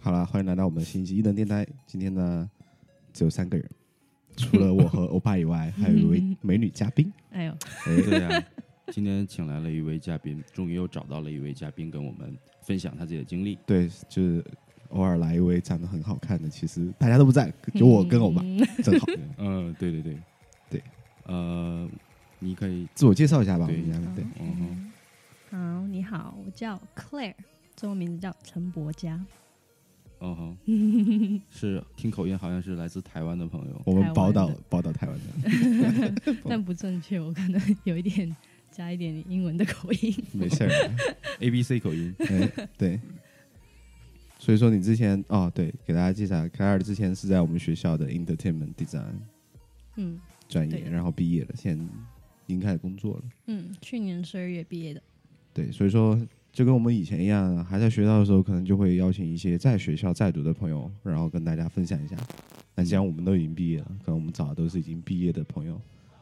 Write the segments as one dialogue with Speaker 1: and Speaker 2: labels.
Speaker 1: 好啦，欢迎来到我们新一期异能电台。今天呢，只有三个人，除了我和欧巴以外，还有一位美女嘉宾。
Speaker 2: 哎呦，
Speaker 3: 对呀、今天请来了一位嘉宾，终于又找到了一位嘉宾跟我们分享他自己的经历。
Speaker 1: 对，就是偶尔来一位长得很好看的，其实大家都不在，就我跟欧巴，
Speaker 2: 嗯，
Speaker 1: 正好。
Speaker 3: 对，嗯、对对对
Speaker 1: 对，
Speaker 3: 呃，你可以，
Speaker 1: 自我介绍一下吧，我
Speaker 3: 对
Speaker 1: 们嘉宾。对，
Speaker 3: 嗯
Speaker 2: 好，你好，我叫 Claire，中文名字叫陈伯佳，
Speaker 3: 哼，嗯 哼，是听口音好像是来自台湾的朋友。
Speaker 1: 我们
Speaker 2: 台湾
Speaker 1: 宝岛
Speaker 2: 的
Speaker 1: 宝岛台湾的，哦
Speaker 2: 但不正确，我可能有一点加一点英文的口音。
Speaker 1: 没事儿。
Speaker 3: A B C 口音，
Speaker 1: 哎，对。所以说你之前哦，对，给大家介绍，凯尔之前是在我们学校的 entertainment design
Speaker 2: 嗯
Speaker 1: 专业，
Speaker 2: 对
Speaker 1: 然后毕业了，现在已经开始工作了。
Speaker 2: 嗯，去年十二月毕业的。
Speaker 1: 对，所以说就跟我们以前一样，还在学校的时候，可能就会邀请一些在学校在读的朋友，然后跟大家分享一下。那既然我们都已经毕业了，可能我们找的都是已经毕业的朋友，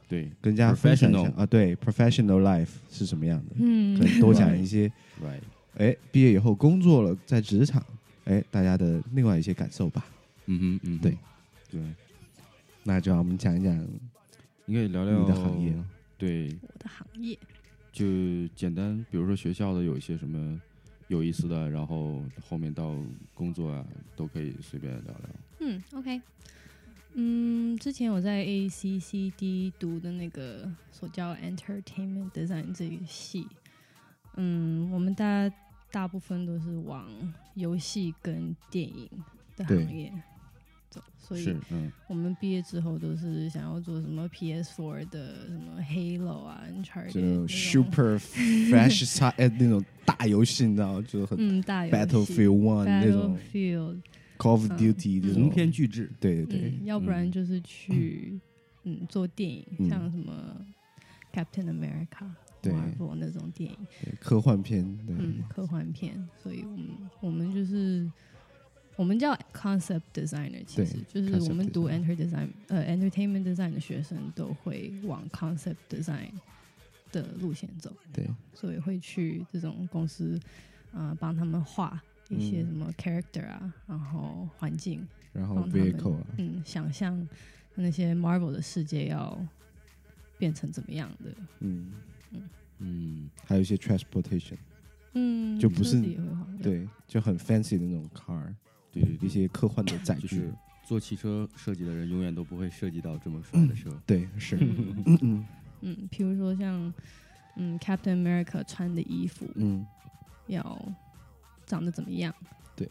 Speaker 3: 对
Speaker 1: 跟大家分享一下
Speaker 3: Professional
Speaker 1: 啊，对，professional life 是什么样的，
Speaker 2: 嗯
Speaker 1: 可能多讲一些，
Speaker 3: ，right，
Speaker 1: 哎，毕业以后工作了，在职场，哎，大家的另外一些感受吧。
Speaker 3: 嗯哼嗯哼，
Speaker 1: 对
Speaker 3: 对，
Speaker 1: 那就让我们讲一讲你
Speaker 3: 你可以聊聊
Speaker 1: 的行业，哦，
Speaker 3: 对，
Speaker 2: 嗯我的行业，
Speaker 3: 就简单，比如说学校的有一些什么有意思的，然后后面到工作啊，都可以随便聊聊。
Speaker 2: 嗯，OK。嗯，之前我在 ACCD 读的那个所叫 Entertainment Design 这个系，嗯，我们大家大部分都是往游戏跟电影的
Speaker 1: 对
Speaker 2: 行业走，所以
Speaker 3: 是，嗯，
Speaker 2: 我们毕业之后都是想要做什么 PS4 的什么 Halo 啊、Uncharted
Speaker 1: 就
Speaker 2: 那
Speaker 1: 那种
Speaker 2: 种
Speaker 1: super fresh side 哎那种大游戏，你知道，就是很
Speaker 2: 嗯大游戏
Speaker 1: Battlefield One 那种
Speaker 2: Battlefield
Speaker 1: Call of
Speaker 2: 嗯
Speaker 1: Duty 这种
Speaker 3: 鸿篇巨制，
Speaker 1: 对对对，
Speaker 2: 嗯，要不然就是去嗯做电影，
Speaker 1: 嗯
Speaker 2: 像什么 Captain America、
Speaker 1: 对
Speaker 2: Marvel 那种电影，
Speaker 1: 对科幻片，对，
Speaker 2: 嗯，科幻片。所以我们我们就是我们叫 concept designer，其实就是我们
Speaker 1: concept
Speaker 2: 读 enter design 呃 entertainment design 的学生都会往 concept design 的路线走，
Speaker 1: 对，
Speaker 2: 所以会去这种公司啊、呃帮他们画。一些
Speaker 1: 嗯
Speaker 2: 什么 character 啊，然后环境
Speaker 1: 然后
Speaker 2: 帮他们
Speaker 1: vehicle 啊，
Speaker 2: 嗯，想象那些 Marvel 的世界要变成怎么样的，
Speaker 1: 嗯，
Speaker 3: 嗯，
Speaker 1: 还有一些 transportation，
Speaker 2: 嗯，
Speaker 1: 就不是
Speaker 2: 车子也会晃，，
Speaker 1: 对，就很 fancy 的那种 car，
Speaker 3: 对对对
Speaker 1: 一，些科幻的载
Speaker 3: 嗯就
Speaker 1: 具
Speaker 3: 是，做汽车设计的人永远都不会设计到这么帅的车。
Speaker 1: 对，是，
Speaker 2: 嗯
Speaker 1: 嗯嗯
Speaker 2: 嗯，比如说像嗯 Captain America 穿的衣服
Speaker 1: 嗯，
Speaker 2: 要长得怎么样，
Speaker 1: 对，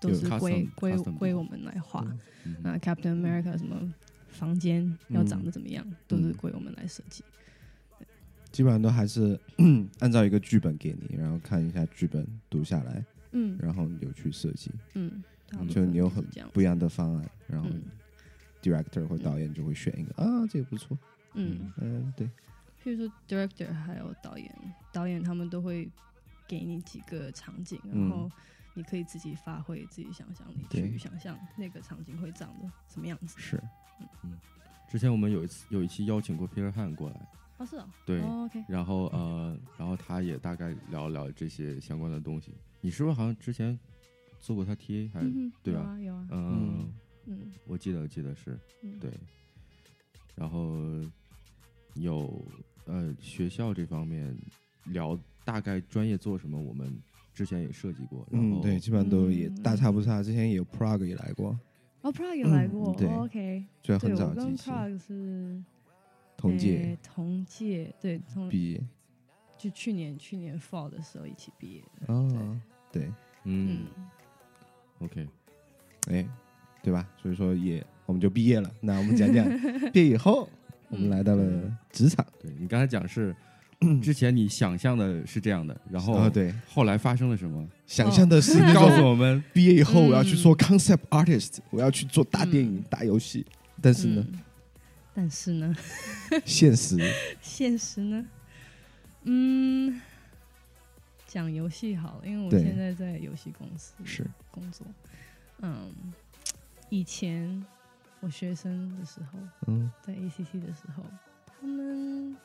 Speaker 2: 都
Speaker 1: 有
Speaker 2: 是
Speaker 3: custom-
Speaker 2: 归归
Speaker 3: custom
Speaker 2: 归我们来画。
Speaker 3: 嗯哼
Speaker 2: 那 Captain America 什么房间要长得怎么样，都是
Speaker 1: 嗯
Speaker 2: 归我们来设计。
Speaker 1: 基本上都还是 按照一个剧本给你，然后看一下剧本读下来，
Speaker 2: 嗯
Speaker 1: 然后你就去设计，
Speaker 2: 嗯，大部
Speaker 1: 就
Speaker 2: 分
Speaker 1: 你有
Speaker 2: 都是
Speaker 1: 很
Speaker 2: 这样，
Speaker 1: 不一样的方案，然后
Speaker 2: 嗯
Speaker 1: director 或导演就会选一个啊，这个不错，
Speaker 2: 嗯。
Speaker 1: 嗯，对，
Speaker 2: 譬如说 director 还有导演，导演他们都会给你几个场景，
Speaker 1: 嗯
Speaker 2: 然后你可以自己发挥、自己想象力
Speaker 1: 对
Speaker 2: 去想象那个场景会长得什么样子。
Speaker 1: 是，
Speaker 3: 之前我们有一次有一期邀请过皮尔汉过来，
Speaker 2: 哦，是哦，
Speaker 3: 对，
Speaker 2: 哦，OK，
Speaker 1: 哎
Speaker 3: 然后呃，然后他也大概聊聊这些相关的东西。你是不是好像之前做过他 TA 还
Speaker 2: 嗯哼，
Speaker 3: 对
Speaker 2: 有
Speaker 3: 吧
Speaker 2: 啊，有啊，
Speaker 3: 嗯
Speaker 1: 嗯，
Speaker 2: 嗯
Speaker 3: 我记得我记得是
Speaker 2: 嗯，
Speaker 3: 对，然后有呃学校这方面聊大概专业做什么，我们之前也设计过，然
Speaker 1: 嗯，
Speaker 3: 后
Speaker 1: 对，基本上都也
Speaker 2: 嗯
Speaker 1: 大差不差，之前也有 Prague 也来过，
Speaker 2: 哦，Prague 有来过
Speaker 1: 嗯对
Speaker 2: 哦，OK，
Speaker 1: 虽然很
Speaker 2: 对我
Speaker 1: 早
Speaker 2: 跟
Speaker 1: 几期，
Speaker 2: Prague 是
Speaker 1: 同届
Speaker 2: 诶同届，对，同
Speaker 1: 毕业
Speaker 2: 就去年去年 fall 的时候一起毕业的，
Speaker 1: 啊，对，
Speaker 3: 嗯
Speaker 2: 嗯，
Speaker 3: ，OK，
Speaker 1: 哎，对吧？所以说也我们就毕业了，那我们讲讲毕业以后，我们来到了职 场，
Speaker 3: 对你刚才 讲是之前你想象的是这样的，然
Speaker 2: 嗯
Speaker 3: 后
Speaker 1: 啊，对，
Speaker 3: 后来发生了什么？
Speaker 1: 想象的是那
Speaker 3: 告诉
Speaker 1: 种
Speaker 3: 我们，
Speaker 1: 毕业以后
Speaker 2: 嗯
Speaker 1: 我要去做 concept artist，我要去做大电影、
Speaker 2: 嗯
Speaker 1: 大游戏，但是呢，
Speaker 2: 嗯，但是呢，嗯
Speaker 1: 现实
Speaker 2: 现实呢？嗯，讲游戏好了，因为我
Speaker 1: 对
Speaker 2: 现在在游戏公司
Speaker 1: 是
Speaker 2: 工作。嗯，以前我学生的时候，
Speaker 1: 嗯
Speaker 2: 在 ACC 的时候，他们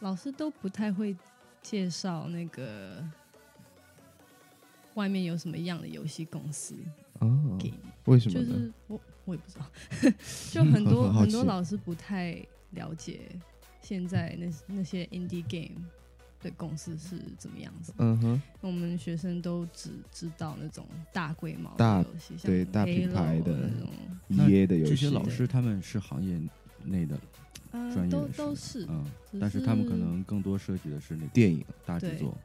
Speaker 2: 老师都不太会介绍那个外面有什么样的游戏公司
Speaker 1: 啊？
Speaker 2: 给你。
Speaker 1: 为什么
Speaker 2: 就
Speaker 1: 呢？
Speaker 2: 是我我也不知道，就很多
Speaker 1: 很好
Speaker 2: 很多
Speaker 1: 奇
Speaker 2: 老师不太了解现在那那些 indie game 的公司是怎么样子。
Speaker 1: 嗯哼，
Speaker 2: 我们学生都只知道那种大规模
Speaker 1: 大
Speaker 2: 的游戏，像
Speaker 1: 对大品
Speaker 2: Halo
Speaker 1: 牌的
Speaker 2: 那种，
Speaker 3: 那
Speaker 1: EA E 的游戏，
Speaker 3: 这些老师他们是行业内的，
Speaker 2: 嗯、
Speaker 3: 专业
Speaker 2: 都
Speaker 3: 的
Speaker 2: 都是、
Speaker 3: 嗯，
Speaker 2: 只
Speaker 3: 但是他们
Speaker 2: 是
Speaker 3: 可能更多涉及的是那个
Speaker 1: 电影，
Speaker 3: 大制
Speaker 2: 对
Speaker 3: 作，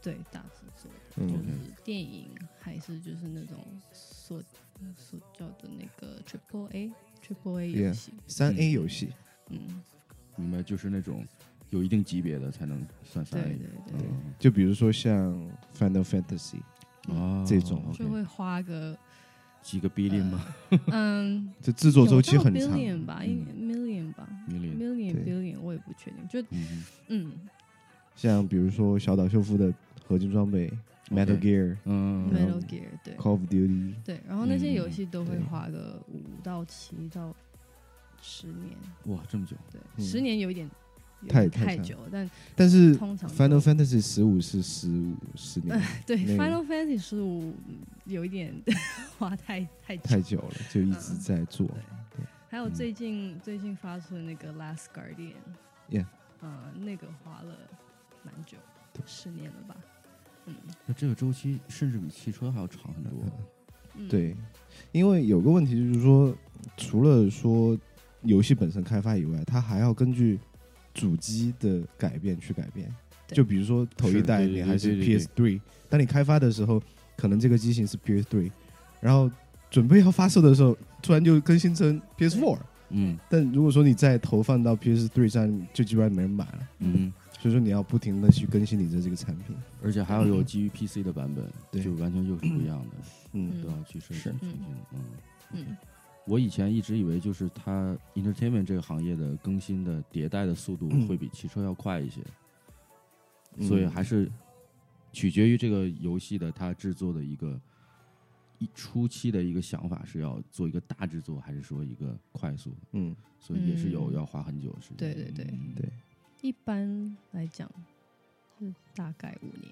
Speaker 2: 对大制作，
Speaker 1: 嗯
Speaker 2: 就
Speaker 3: OK
Speaker 2: 是电影还是就是那种所所叫的那个 triple A triple A 游
Speaker 1: Yeah
Speaker 2: 戏
Speaker 1: 三 A
Speaker 3: 嗯
Speaker 1: 游戏，
Speaker 2: 嗯，
Speaker 3: 明白？就是那种有一定级别的才能算
Speaker 2: 对
Speaker 3: 三 A
Speaker 2: 对对。
Speaker 3: 嗯
Speaker 1: 就比如说像 Final Fantasy，
Speaker 3: 哦
Speaker 1: 啊这种
Speaker 3: ，OK
Speaker 2: 就会花个
Speaker 3: 几个 billion 吗
Speaker 2: 嗯，
Speaker 1: 这制作周期
Speaker 2: 有到
Speaker 1: 很长，嗯
Speaker 2: billion 吧，应该 million 吧
Speaker 3: ？million，
Speaker 2: ，million
Speaker 1: 对
Speaker 2: billion 我也不确定，就
Speaker 3: 嗯
Speaker 2: 嗯
Speaker 1: 像比如说小岛秀夫的合金装备 Metal Gear、
Speaker 3: 嗯
Speaker 1: 没有
Speaker 3: 嗯，
Speaker 2: ，Metal Gear 对
Speaker 1: Call of Duty，
Speaker 2: 对，然后那些
Speaker 3: 嗯
Speaker 2: 游戏都会
Speaker 1: 对
Speaker 2: 花个五到七到十年，
Speaker 3: 哇，这么久，
Speaker 1: 嗯
Speaker 2: 对，十年有一点有
Speaker 1: 太
Speaker 2: 点
Speaker 1: 太
Speaker 2: 太
Speaker 1: 长
Speaker 2: 久了，但
Speaker 1: 但是
Speaker 2: 通常
Speaker 1: Final
Speaker 2: 都
Speaker 1: Fantasy 十五是十五十 年，
Speaker 2: 对
Speaker 1: 那个
Speaker 2: Final Fantasy 十五有一点 花太太
Speaker 1: 太嗯
Speaker 2: 久，
Speaker 1: 久了，就一直在做。
Speaker 2: 嗯还有最近最近发出的那个 Last Guardian，
Speaker 1: Yeah
Speaker 2: 呃，那个花了蛮久，十年了吧，嗯
Speaker 3: 那这个周期甚至比汽车还要长很多。
Speaker 2: 嗯，
Speaker 1: 对，因为有个问题就是说，除了说游戏本身开发以外，它还要根据主机的改变去改变。
Speaker 2: 对
Speaker 1: 就比如说头一
Speaker 3: 是
Speaker 1: 代
Speaker 3: 对
Speaker 1: 你
Speaker 3: 对
Speaker 1: 还是
Speaker 3: 对对
Speaker 1: PS3，当你开发的时候，可能这个机型是 PS3，然后准备要发售的时候，突然就更新成 PS4。
Speaker 3: 嗯
Speaker 1: 但如果说你再投放到 PS3 上，就基本上没人买了。
Speaker 3: 嗯，
Speaker 1: 所以说你要不停的去更新你的这个产品。
Speaker 3: 而且还要有基于 PC 的版本，
Speaker 1: 对
Speaker 3: 就完全又是不一样的，
Speaker 1: 嗯
Speaker 2: 嗯
Speaker 3: 都要去设计
Speaker 1: 是
Speaker 3: 重新。嗯，
Speaker 2: 嗯
Speaker 3: 我以前一直以为就是它 entertainment 这个行业的更新的迭代的速度会比汽车要快一些，
Speaker 1: 嗯
Speaker 3: 所以还是取决于这个游戏的它制作的一个一初期的一个想法是要做一个大制作，还是说一个快速的，
Speaker 1: 嗯，
Speaker 3: 所以也是有
Speaker 2: 嗯
Speaker 3: 要花很久的时间。
Speaker 2: 对对对
Speaker 3: 嗯
Speaker 1: 对，
Speaker 2: 一般来讲是大概五年，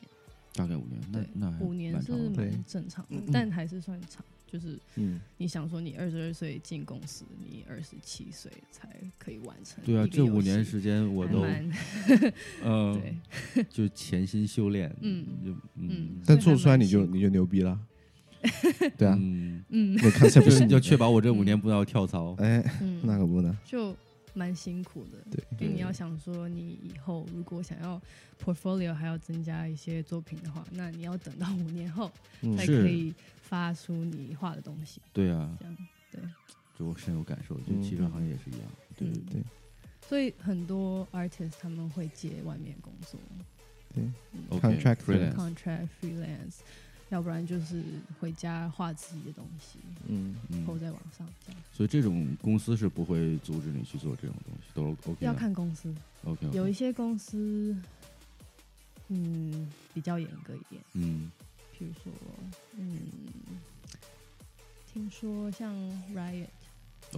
Speaker 3: 大概五年，那
Speaker 2: 对
Speaker 3: 那还
Speaker 2: 五年
Speaker 3: 嗯蛮
Speaker 2: 是
Speaker 3: 长的
Speaker 1: 对
Speaker 2: 蛮正常的
Speaker 1: 嗯，
Speaker 2: 但还是算长。就是
Speaker 1: 嗯，
Speaker 2: 你想说，你二十二岁进公司，你二十七岁才可以完成一个
Speaker 3: 对
Speaker 2: 游
Speaker 3: 啊，
Speaker 2: 戏。
Speaker 3: 这五年时间我
Speaker 2: 还
Speaker 3: 都嗯
Speaker 2: 蛮
Speaker 3: 呃，
Speaker 2: 对，
Speaker 3: 就潜心修炼，
Speaker 2: 嗯
Speaker 3: 就嗯
Speaker 2: 嗯，
Speaker 1: 但
Speaker 2: 所
Speaker 1: 做
Speaker 2: 以还
Speaker 1: 出来
Speaker 2: 蛮
Speaker 1: 你就
Speaker 2: 辛苦
Speaker 1: 你就牛逼了。对啊，
Speaker 3: 嗯，
Speaker 2: 嗯
Speaker 1: 那 concept
Speaker 3: 就是是
Speaker 1: 你
Speaker 3: 要
Speaker 1: 的
Speaker 3: 确保我这五年不要跳槽。
Speaker 1: 哎，
Speaker 2: 嗯，
Speaker 1: 那可不呢。
Speaker 2: 就蛮辛苦的。
Speaker 1: 对，
Speaker 2: 就你
Speaker 3: 对
Speaker 2: 要想说，你以后如果想要 portfolio 还要增加一些作品的话，那你要等到五年后
Speaker 1: 嗯
Speaker 2: 才
Speaker 3: 是
Speaker 2: 可以发出你画的东西。
Speaker 3: 对啊，
Speaker 2: 这样，
Speaker 3: 就我深有感受，就
Speaker 1: 嗯
Speaker 3: 汽车行业也是一样。
Speaker 1: 对对
Speaker 2: 嗯
Speaker 1: 对
Speaker 2: 所以很多 artist 他们会接外面工作
Speaker 1: 对，
Speaker 3: OK，
Speaker 1: Contract
Speaker 3: freelance
Speaker 2: ，contract freelance，要不然就是回家画自己的东西
Speaker 1: 嗯，
Speaker 2: 抛
Speaker 3: 嗯，
Speaker 2: 在网上这样。
Speaker 3: 所以这种公司是不会阻止你去做这种东西，都 OK 啊
Speaker 2: 要
Speaker 3: 的。
Speaker 2: 看公司，
Speaker 3: OK，
Speaker 2: 有一些公司，嗯，比较严格一点。
Speaker 3: 嗯
Speaker 2: 比如说，嗯，听说像 Riot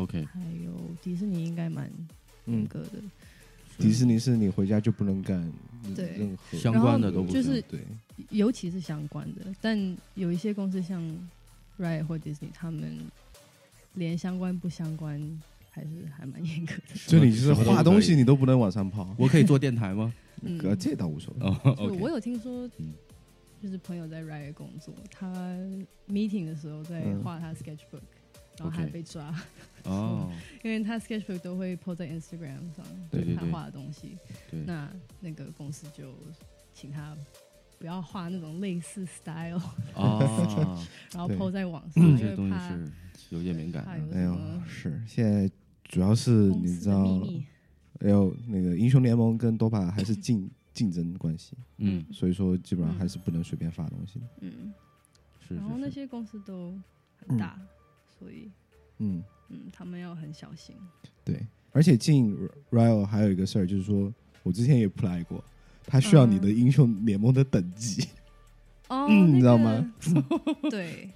Speaker 3: ，OK，
Speaker 2: 还有迪士尼应该蛮严
Speaker 1: 嗯
Speaker 2: 格的，
Speaker 1: 迪士尼是你回家就不能干
Speaker 2: 对
Speaker 1: 任何
Speaker 3: 相关的都不
Speaker 2: 就
Speaker 3: 行
Speaker 2: 是
Speaker 1: 对，
Speaker 2: 尤其是相关的。但有一些公司像 Riot 或迪士尼，他们连相关不相关还是还蛮严格 的。
Speaker 1: 就你就是
Speaker 3: 什么都
Speaker 1: 画东西
Speaker 3: 可以
Speaker 1: 你都不能往上跑，
Speaker 3: 我可以做电台吗？
Speaker 2: 嗯
Speaker 1: 呃，这倒无所谓。
Speaker 3: 哦
Speaker 2: 就我
Speaker 3: ，OK，
Speaker 2: 有听说
Speaker 3: 嗯，
Speaker 2: 就是朋友在 Riot 工作，他 meeting 的时候在
Speaker 1: 嗯
Speaker 2: 画他 sketchbook，、然后
Speaker 3: OK
Speaker 2: 还被抓。
Speaker 3: 哦，
Speaker 2: 因为他 sketchbook 都会 po 在 Instagram 上，就
Speaker 3: 对嗯
Speaker 2: 是
Speaker 3: 对
Speaker 2: 他
Speaker 3: 对
Speaker 2: 画的东西。
Speaker 3: 对，
Speaker 2: 那那个公司就请他不要画那种类似 style，
Speaker 3: 哦，
Speaker 2: 然后
Speaker 1: 对
Speaker 2: po 在网上，
Speaker 3: 嗯这
Speaker 2: 因
Speaker 3: 些
Speaker 2: 为
Speaker 3: 东西
Speaker 2: 怕
Speaker 3: 是有点敏感啊
Speaker 2: 怕有
Speaker 3: 的。
Speaker 1: 哎呦
Speaker 2: 什，么
Speaker 1: 是现在主要是
Speaker 2: 公
Speaker 1: 你
Speaker 2: 司
Speaker 1: 知
Speaker 2: 的
Speaker 1: 道，
Speaker 2: 秘密。
Speaker 1: 还有那个英雄联盟跟 DOTA 还是竞竞争关系，
Speaker 3: 嗯，
Speaker 1: 所以说基本上
Speaker 2: 嗯
Speaker 1: 还是不能随便发东西的。
Speaker 2: 嗯，
Speaker 3: 是
Speaker 2: 然后那
Speaker 3: 是是。
Speaker 2: 些公司都很大，所以
Speaker 1: 嗯，
Speaker 2: 嗯，他们要很小心。
Speaker 1: 对，而且进 Riot 还有一个事儿，就是说我之前也 play 过，它需要你的
Speaker 2: 嗯
Speaker 1: 英雄联盟的等级，
Speaker 2: 哦，
Speaker 1: 嗯
Speaker 2: 那
Speaker 1: 你知道
Speaker 2: 个
Speaker 1: 吗？嗯
Speaker 2: 对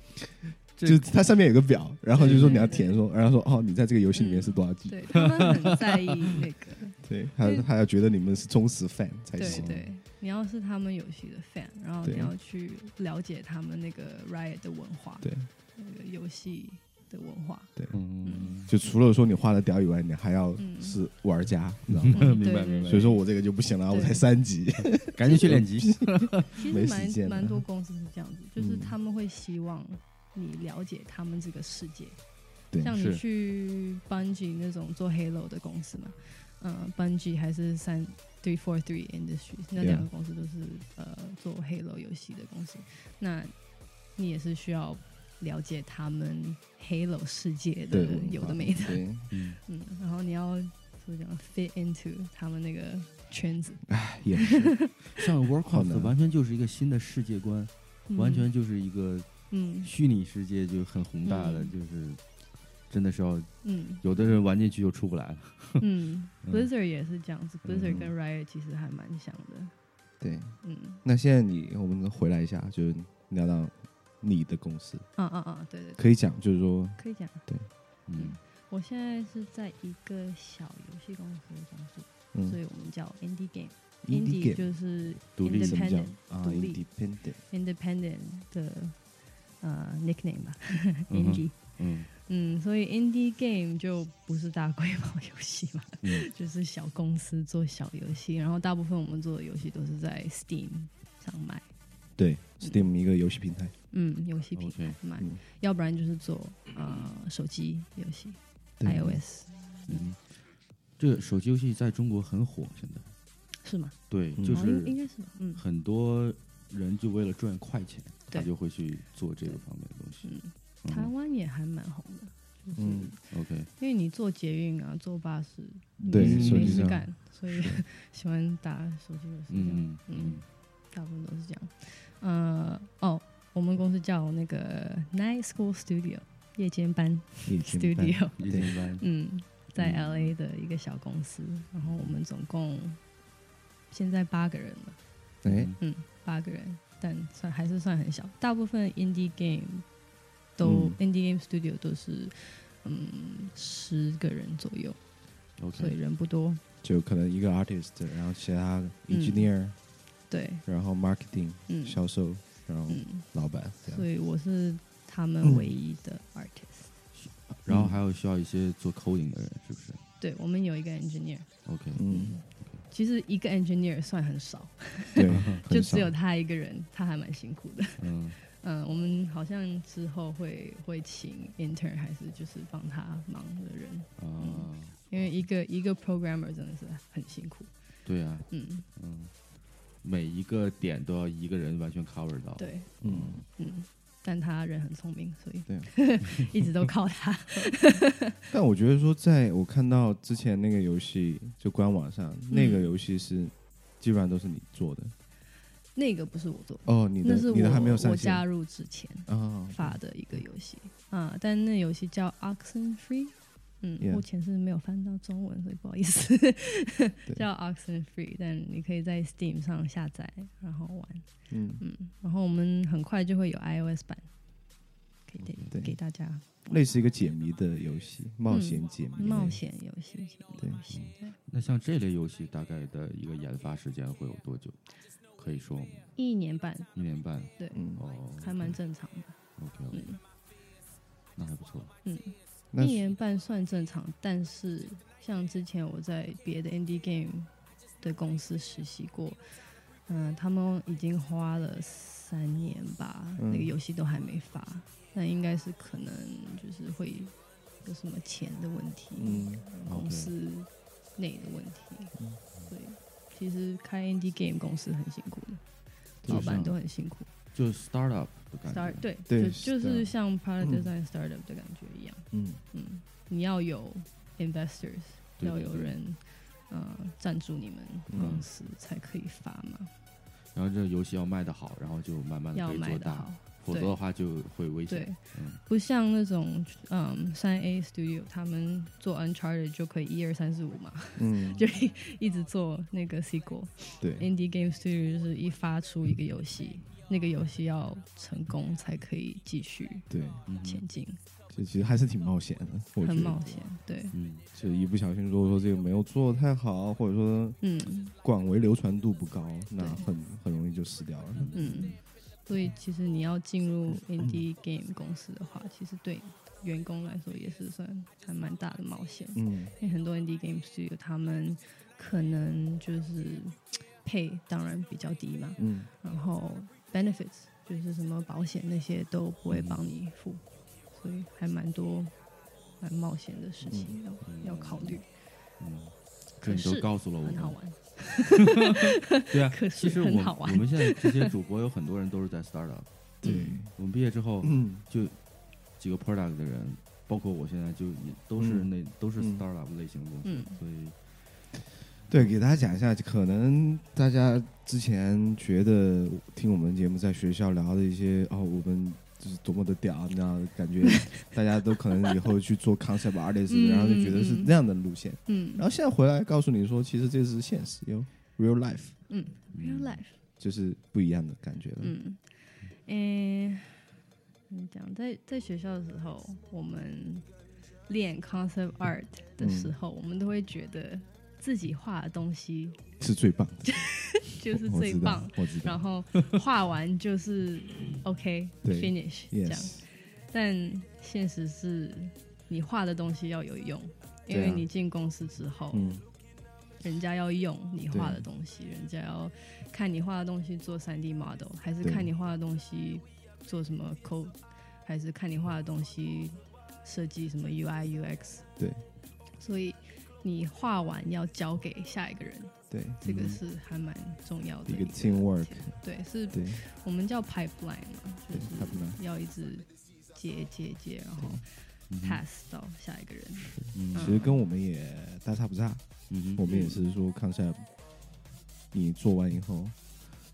Speaker 3: 这
Speaker 1: 就它上面有个表，然后就说
Speaker 2: 对对
Speaker 1: 你要填说，然后说哦，你在这个游戏里面
Speaker 2: 嗯
Speaker 1: 是多少级，
Speaker 2: 对，他们很在意那个，
Speaker 1: 对，还有
Speaker 2: 对
Speaker 1: 还要觉得你们是忠实 fan 才
Speaker 2: 对
Speaker 1: 行。
Speaker 2: 对，你要是他们有戏的 fan，然后
Speaker 1: 对
Speaker 2: 你要去了解他们那个 Riot 的文化，
Speaker 1: 对，
Speaker 2: 那个游戏的文 化，
Speaker 1: 对，
Speaker 3: 嗯，
Speaker 1: 就除了说你画的屌以外，你还要
Speaker 2: 嗯
Speaker 1: 是玩家，你知道吗？
Speaker 2: 嗯
Speaker 3: 明白
Speaker 2: 对
Speaker 3: 明白。
Speaker 1: 所以说我这个就不行了，
Speaker 2: 对
Speaker 1: 我才三级。
Speaker 3: 赶紧去练级。
Speaker 2: 其
Speaker 1: 没
Speaker 2: 实
Speaker 1: 时间了
Speaker 2: 蛮蛮多公司是这样子，就是
Speaker 1: 嗯
Speaker 2: 他们会希望你了解他们这个世界。
Speaker 1: 对
Speaker 2: 像
Speaker 3: 是
Speaker 2: 你去 Bungie 那种做 Halo 的公司嘛，嗯、b u n g i e 还是三 Three Four Three Industries 那
Speaker 1: Yeah
Speaker 2: 两个公司都是呃做 Halo 游戏的公司，那你也是需要了解他们 Halo 世界的有的没的，
Speaker 1: 对，
Speaker 3: 嗯，
Speaker 2: 嗯，然后你要怎么讲 fit into 他们那个圈子，
Speaker 1: 也是
Speaker 3: 像
Speaker 1: 好
Speaker 3: Warcraft
Speaker 1: 难
Speaker 3: 完全就是一个新的世界观，
Speaker 2: 嗯
Speaker 3: 完全就是一个
Speaker 2: 嗯
Speaker 3: 虚拟世界，就很宏大的，
Speaker 2: 嗯
Speaker 3: 就是真的是要
Speaker 2: 嗯
Speaker 3: 有的人玩进去就出不来了。
Speaker 2: 嗯 Blizzard 也是这样子，Blizzard
Speaker 1: 嗯
Speaker 2: 跟 Riot 其实还蛮像的，
Speaker 1: 对。
Speaker 2: 嗯，
Speaker 1: 那现在你我们回来一下，就是聊到你的公司，
Speaker 2: 啊啊啊，对对对，
Speaker 1: 可以讲，就是说
Speaker 2: 可以讲。
Speaker 3: 嗯，
Speaker 2: 我现在是在一个小游戏公司工作，所
Speaker 1: 嗯
Speaker 2: 以我们叫 indie game。
Speaker 1: indie game
Speaker 2: 就是
Speaker 3: 独立
Speaker 1: 怎么讲
Speaker 2: independent
Speaker 1: 啊
Speaker 2: 独立
Speaker 1: ？Independent，
Speaker 2: independent 的呃 nickname 吧
Speaker 3: 嗯哼
Speaker 2: ，indie。
Speaker 3: 嗯
Speaker 2: 嗯，所以 indie game 就不是大规模游戏嘛，
Speaker 3: 嗯
Speaker 2: 就是小公司做小游戏，然后大部分我们做的游戏都是在 Steam 上卖，
Speaker 1: 对，Steam 一个游戏平台，
Speaker 2: 嗯，游戏平
Speaker 3: OK，
Speaker 2: 台卖
Speaker 1: 嗯
Speaker 2: 要不然就是做呃手机游戏
Speaker 1: 对
Speaker 2: iOS
Speaker 3: 嗯，这个手机游戏在中国很火，现在
Speaker 2: 是吗？
Speaker 3: 对，
Speaker 1: 嗯
Speaker 3: 就
Speaker 2: 哦应
Speaker 3: 是
Speaker 2: 应该是吧，嗯。
Speaker 3: 很多人就为了赚快钱，他
Speaker 2: 对
Speaker 3: 就会去做这个方面的东西。
Speaker 2: 嗯，
Speaker 3: 嗯
Speaker 2: 台湾也还蛮红的，就是、
Speaker 1: 嗯
Speaker 3: OK，
Speaker 2: 因为你坐捷运啊，坐巴士，
Speaker 1: 对
Speaker 2: 没事
Speaker 1: 手
Speaker 2: 没
Speaker 1: 机
Speaker 2: 事
Speaker 1: 上
Speaker 2: 干，所以 喜欢打手机游戏，这样
Speaker 3: 嗯嗯
Speaker 2: 大部分都是这样。呃，哦，我们公司叫那个 Night School Studio 夜间班
Speaker 1: 夜间班
Speaker 2: Studio，
Speaker 3: 嗯，一
Speaker 1: 对
Speaker 3: 天班，
Speaker 2: 嗯，在
Speaker 3: 嗯
Speaker 2: LA 的一个小公司，然后我们总共现在八个人了。
Speaker 1: 哎，
Speaker 2: 嗯，八个人，但算还是算很小。大部分 indie game
Speaker 1: 嗯
Speaker 2: 都、indie game studio 都是嗯十个人左右，
Speaker 1: 嗯
Speaker 2: 所以
Speaker 3: 嗯 OK，
Speaker 2: 人不多。
Speaker 1: 就可能一个 artist，然后其他 engineer，
Speaker 2: 嗯对，
Speaker 1: 然后 marketing
Speaker 2: 嗯
Speaker 1: 销售，然后
Speaker 2: 嗯，
Speaker 1: 老板，这样
Speaker 2: 所以我是他们唯一的 artist。
Speaker 3: 然后还有需要一些做 coding 的人，是不是
Speaker 2: 对我们有一个 engineer，
Speaker 3: ？OK，
Speaker 1: 嗯，
Speaker 2: 其实一个 engineer 算很少，
Speaker 1: 对，
Speaker 2: 就
Speaker 1: 很少
Speaker 2: 只有他一个人，他还蛮辛苦的。
Speaker 3: 嗯
Speaker 2: 嗯，我们好像之后会会请 intern 还是就是帮他忙的人，
Speaker 3: 啊，
Speaker 2: 因为一个一个 programmer 真的是很辛苦。
Speaker 3: 对啊，
Speaker 2: 嗯，
Speaker 3: 嗯，每一个点都要一个人完全 cover 到。
Speaker 2: 对，
Speaker 1: 嗯，
Speaker 2: 嗯，但他人很聪明，所以
Speaker 1: 对啊
Speaker 2: 一直都靠他。
Speaker 1: 但我觉得说，在我看到之前那个游戏，就官网上、那个游戏是基本上都是你做的
Speaker 2: 那个不是我做，
Speaker 1: 哦，你的
Speaker 2: 嗯那是
Speaker 1: 你的还没有
Speaker 2: 我我
Speaker 1: 上线
Speaker 2: 加
Speaker 1: 啊、
Speaker 2: 入之前
Speaker 1: 哦
Speaker 2: 发的一个游戏啊，但那游戏叫 Oxen Free。嗯
Speaker 1: Yeah
Speaker 2: 目前是没有翻到中文，所以不好意思。 叫 Oxen Free，但你可以在 Steam 上下载，然后玩。
Speaker 1: 嗯，
Speaker 2: 嗯，然后我们很快就会有 iOS 版，可以给
Speaker 1: 对
Speaker 2: 给大家
Speaker 1: 类似一个解谜的游戏，冒险解谜类、
Speaker 2: 冒险游戏。
Speaker 1: 对嗯
Speaker 2: 游戏对
Speaker 3: 那像这类游戏大概的一个研发时间会有多久？可以说吗
Speaker 2: 一年半
Speaker 3: 一年半
Speaker 1: 嗯，
Speaker 3: 哦，
Speaker 2: 还蛮正常的。
Speaker 3: OK OK，
Speaker 2: 嗯
Speaker 3: 那还不错。
Speaker 2: 嗯。
Speaker 1: 那
Speaker 2: 一年半算正常，但是像之前我在别的 indie game 的公司实习过，嗯、他们已经花了三年吧，
Speaker 1: 嗯
Speaker 2: 那个游戏都还没发，那应该是可能就是会有什么钱的问题，
Speaker 1: 嗯
Speaker 2: 公司内的问题，
Speaker 1: 嗯
Speaker 2: 所以其实开 indie game 公司很辛苦的，
Speaker 3: 就
Speaker 2: 老板
Speaker 3: 像
Speaker 2: 都很辛苦。
Speaker 3: 就是 startup 的感
Speaker 2: start
Speaker 3: 觉。
Speaker 2: 对
Speaker 1: 对
Speaker 2: 就就是
Speaker 1: 的
Speaker 2: 是像 product
Speaker 1: 嗯
Speaker 2: design startup 的感觉一样。
Speaker 1: 嗯，
Speaker 2: 嗯，你要有 investors，
Speaker 3: 对
Speaker 2: 要
Speaker 3: 对
Speaker 2: 有
Speaker 3: 对
Speaker 2: 人呃赞助你们公司才可以发嘛，
Speaker 3: 然后这游戏要卖得好，然后就慢慢的
Speaker 2: 要
Speaker 3: 嗯可以
Speaker 2: 卖
Speaker 3: 做
Speaker 2: 的
Speaker 3: 大
Speaker 2: 好，，
Speaker 3: 否则的话就会危险
Speaker 2: 对。，
Speaker 3: 嗯
Speaker 2: 不像那种嗯三 A studio 他们做 Uncharted 就可以一二三四五嘛，
Speaker 1: 嗯，
Speaker 2: 就嗯一一直做那个 sequel。
Speaker 1: 对
Speaker 2: Indie game studio 就是一发出一个游戏，那个游戏要成功才可以继续
Speaker 1: 对，嗯
Speaker 2: 前进，
Speaker 1: 这其实还是挺冒险的，我觉
Speaker 2: 很
Speaker 1: 得
Speaker 2: 冒险。对，
Speaker 1: 嗯，就一不小心，如果说这个没有做得太好，或者说
Speaker 2: 嗯
Speaker 1: 广为流传度不高，那
Speaker 2: 对
Speaker 1: 很很容易就死掉了。
Speaker 2: 嗯，所以其实你要进入
Speaker 3: 嗯
Speaker 2: indie game 公司的话，其实对员工来说也是算还蛮大的冒险。
Speaker 1: 嗯
Speaker 2: 因为很多 indie game studio 他们可能就是配当然比较低嘛，
Speaker 1: 嗯
Speaker 2: 然后 benefits 就是什么保险那些都不会帮你付，所以还蛮多蛮冒险的事情要、
Speaker 3: 嗯
Speaker 2: 要考虑，
Speaker 3: 嗯，这
Speaker 2: 可
Speaker 3: 你都
Speaker 2: 是
Speaker 3: 告诉了我
Speaker 2: 很好
Speaker 3: 们，
Speaker 2: 玩。
Speaker 3: 对啊，
Speaker 2: 可
Speaker 3: 其
Speaker 2: 是
Speaker 3: 实
Speaker 2: 很
Speaker 3: 我
Speaker 2: 好
Speaker 3: 我
Speaker 2: 玩
Speaker 3: 们现在这些主播有很多人都是在 startup，
Speaker 1: 对，
Speaker 3: 我们毕业之后
Speaker 1: 嗯
Speaker 3: 就几个 product 的人，包括我现在就也都是
Speaker 1: 嗯
Speaker 3: 那都是
Speaker 1: 嗯
Speaker 3: startup 类型的公司，
Speaker 2: 嗯
Speaker 3: 所以
Speaker 1: 对，给大家讲一下，可能大家之前觉得听我们节目在学校聊的一些哦，我们就是多么的屌，那样感 觉大家都可能以后去做 concept artist，、
Speaker 2: 嗯
Speaker 1: 然后就觉得是那样的路线，
Speaker 2: 嗯
Speaker 1: 然后现在回来告诉你说，其实这是现实，有 real life，
Speaker 2: 嗯，real
Speaker 3: 嗯
Speaker 2: life，
Speaker 1: 就是不一样的感觉了。
Speaker 2: 嗯，诶、怎么讲？在在学校的时候，我们练 concept art 的
Speaker 1: 嗯
Speaker 2: 时候，我们都会觉得自己画的东西
Speaker 1: 是最棒的，
Speaker 2: 就 是
Speaker 1: 我
Speaker 2: 最
Speaker 1: 知道
Speaker 2: 棒，，
Speaker 1: 我知
Speaker 2: 然
Speaker 1: 道。
Speaker 2: 后画完就是 OK
Speaker 1: 对
Speaker 2: finish 这样。
Speaker 1: Yes，
Speaker 2: 但现实是，你画的东西要有用，因
Speaker 1: 对
Speaker 2: 为
Speaker 1: 啊
Speaker 2: 你进公司之后，
Speaker 1: 嗯，
Speaker 2: 人家要用你画
Speaker 1: 对
Speaker 2: 的东西，人家要看你画的东西做三 D model，还是
Speaker 1: 对
Speaker 2: 看你画的东西做什么 code，还是看你画的东西设计什么 UI UX。
Speaker 1: 对，
Speaker 2: 所以你画完要交给下一个人，
Speaker 1: 对，
Speaker 2: 这个
Speaker 1: 嗯
Speaker 2: 是还蛮重要的
Speaker 1: 一个
Speaker 2: 个
Speaker 1: teamwork，
Speaker 2: 对，是
Speaker 1: 对，
Speaker 2: 我们叫 pipeline 嘛，就
Speaker 1: 对，他不能，
Speaker 2: 是要一直接接接，然后
Speaker 3: 嗯哼
Speaker 2: pass 到下一个人。
Speaker 3: 嗯
Speaker 1: 其实跟我们也大差不差。
Speaker 3: 嗯
Speaker 1: 我们也是说 concept，你做完以后，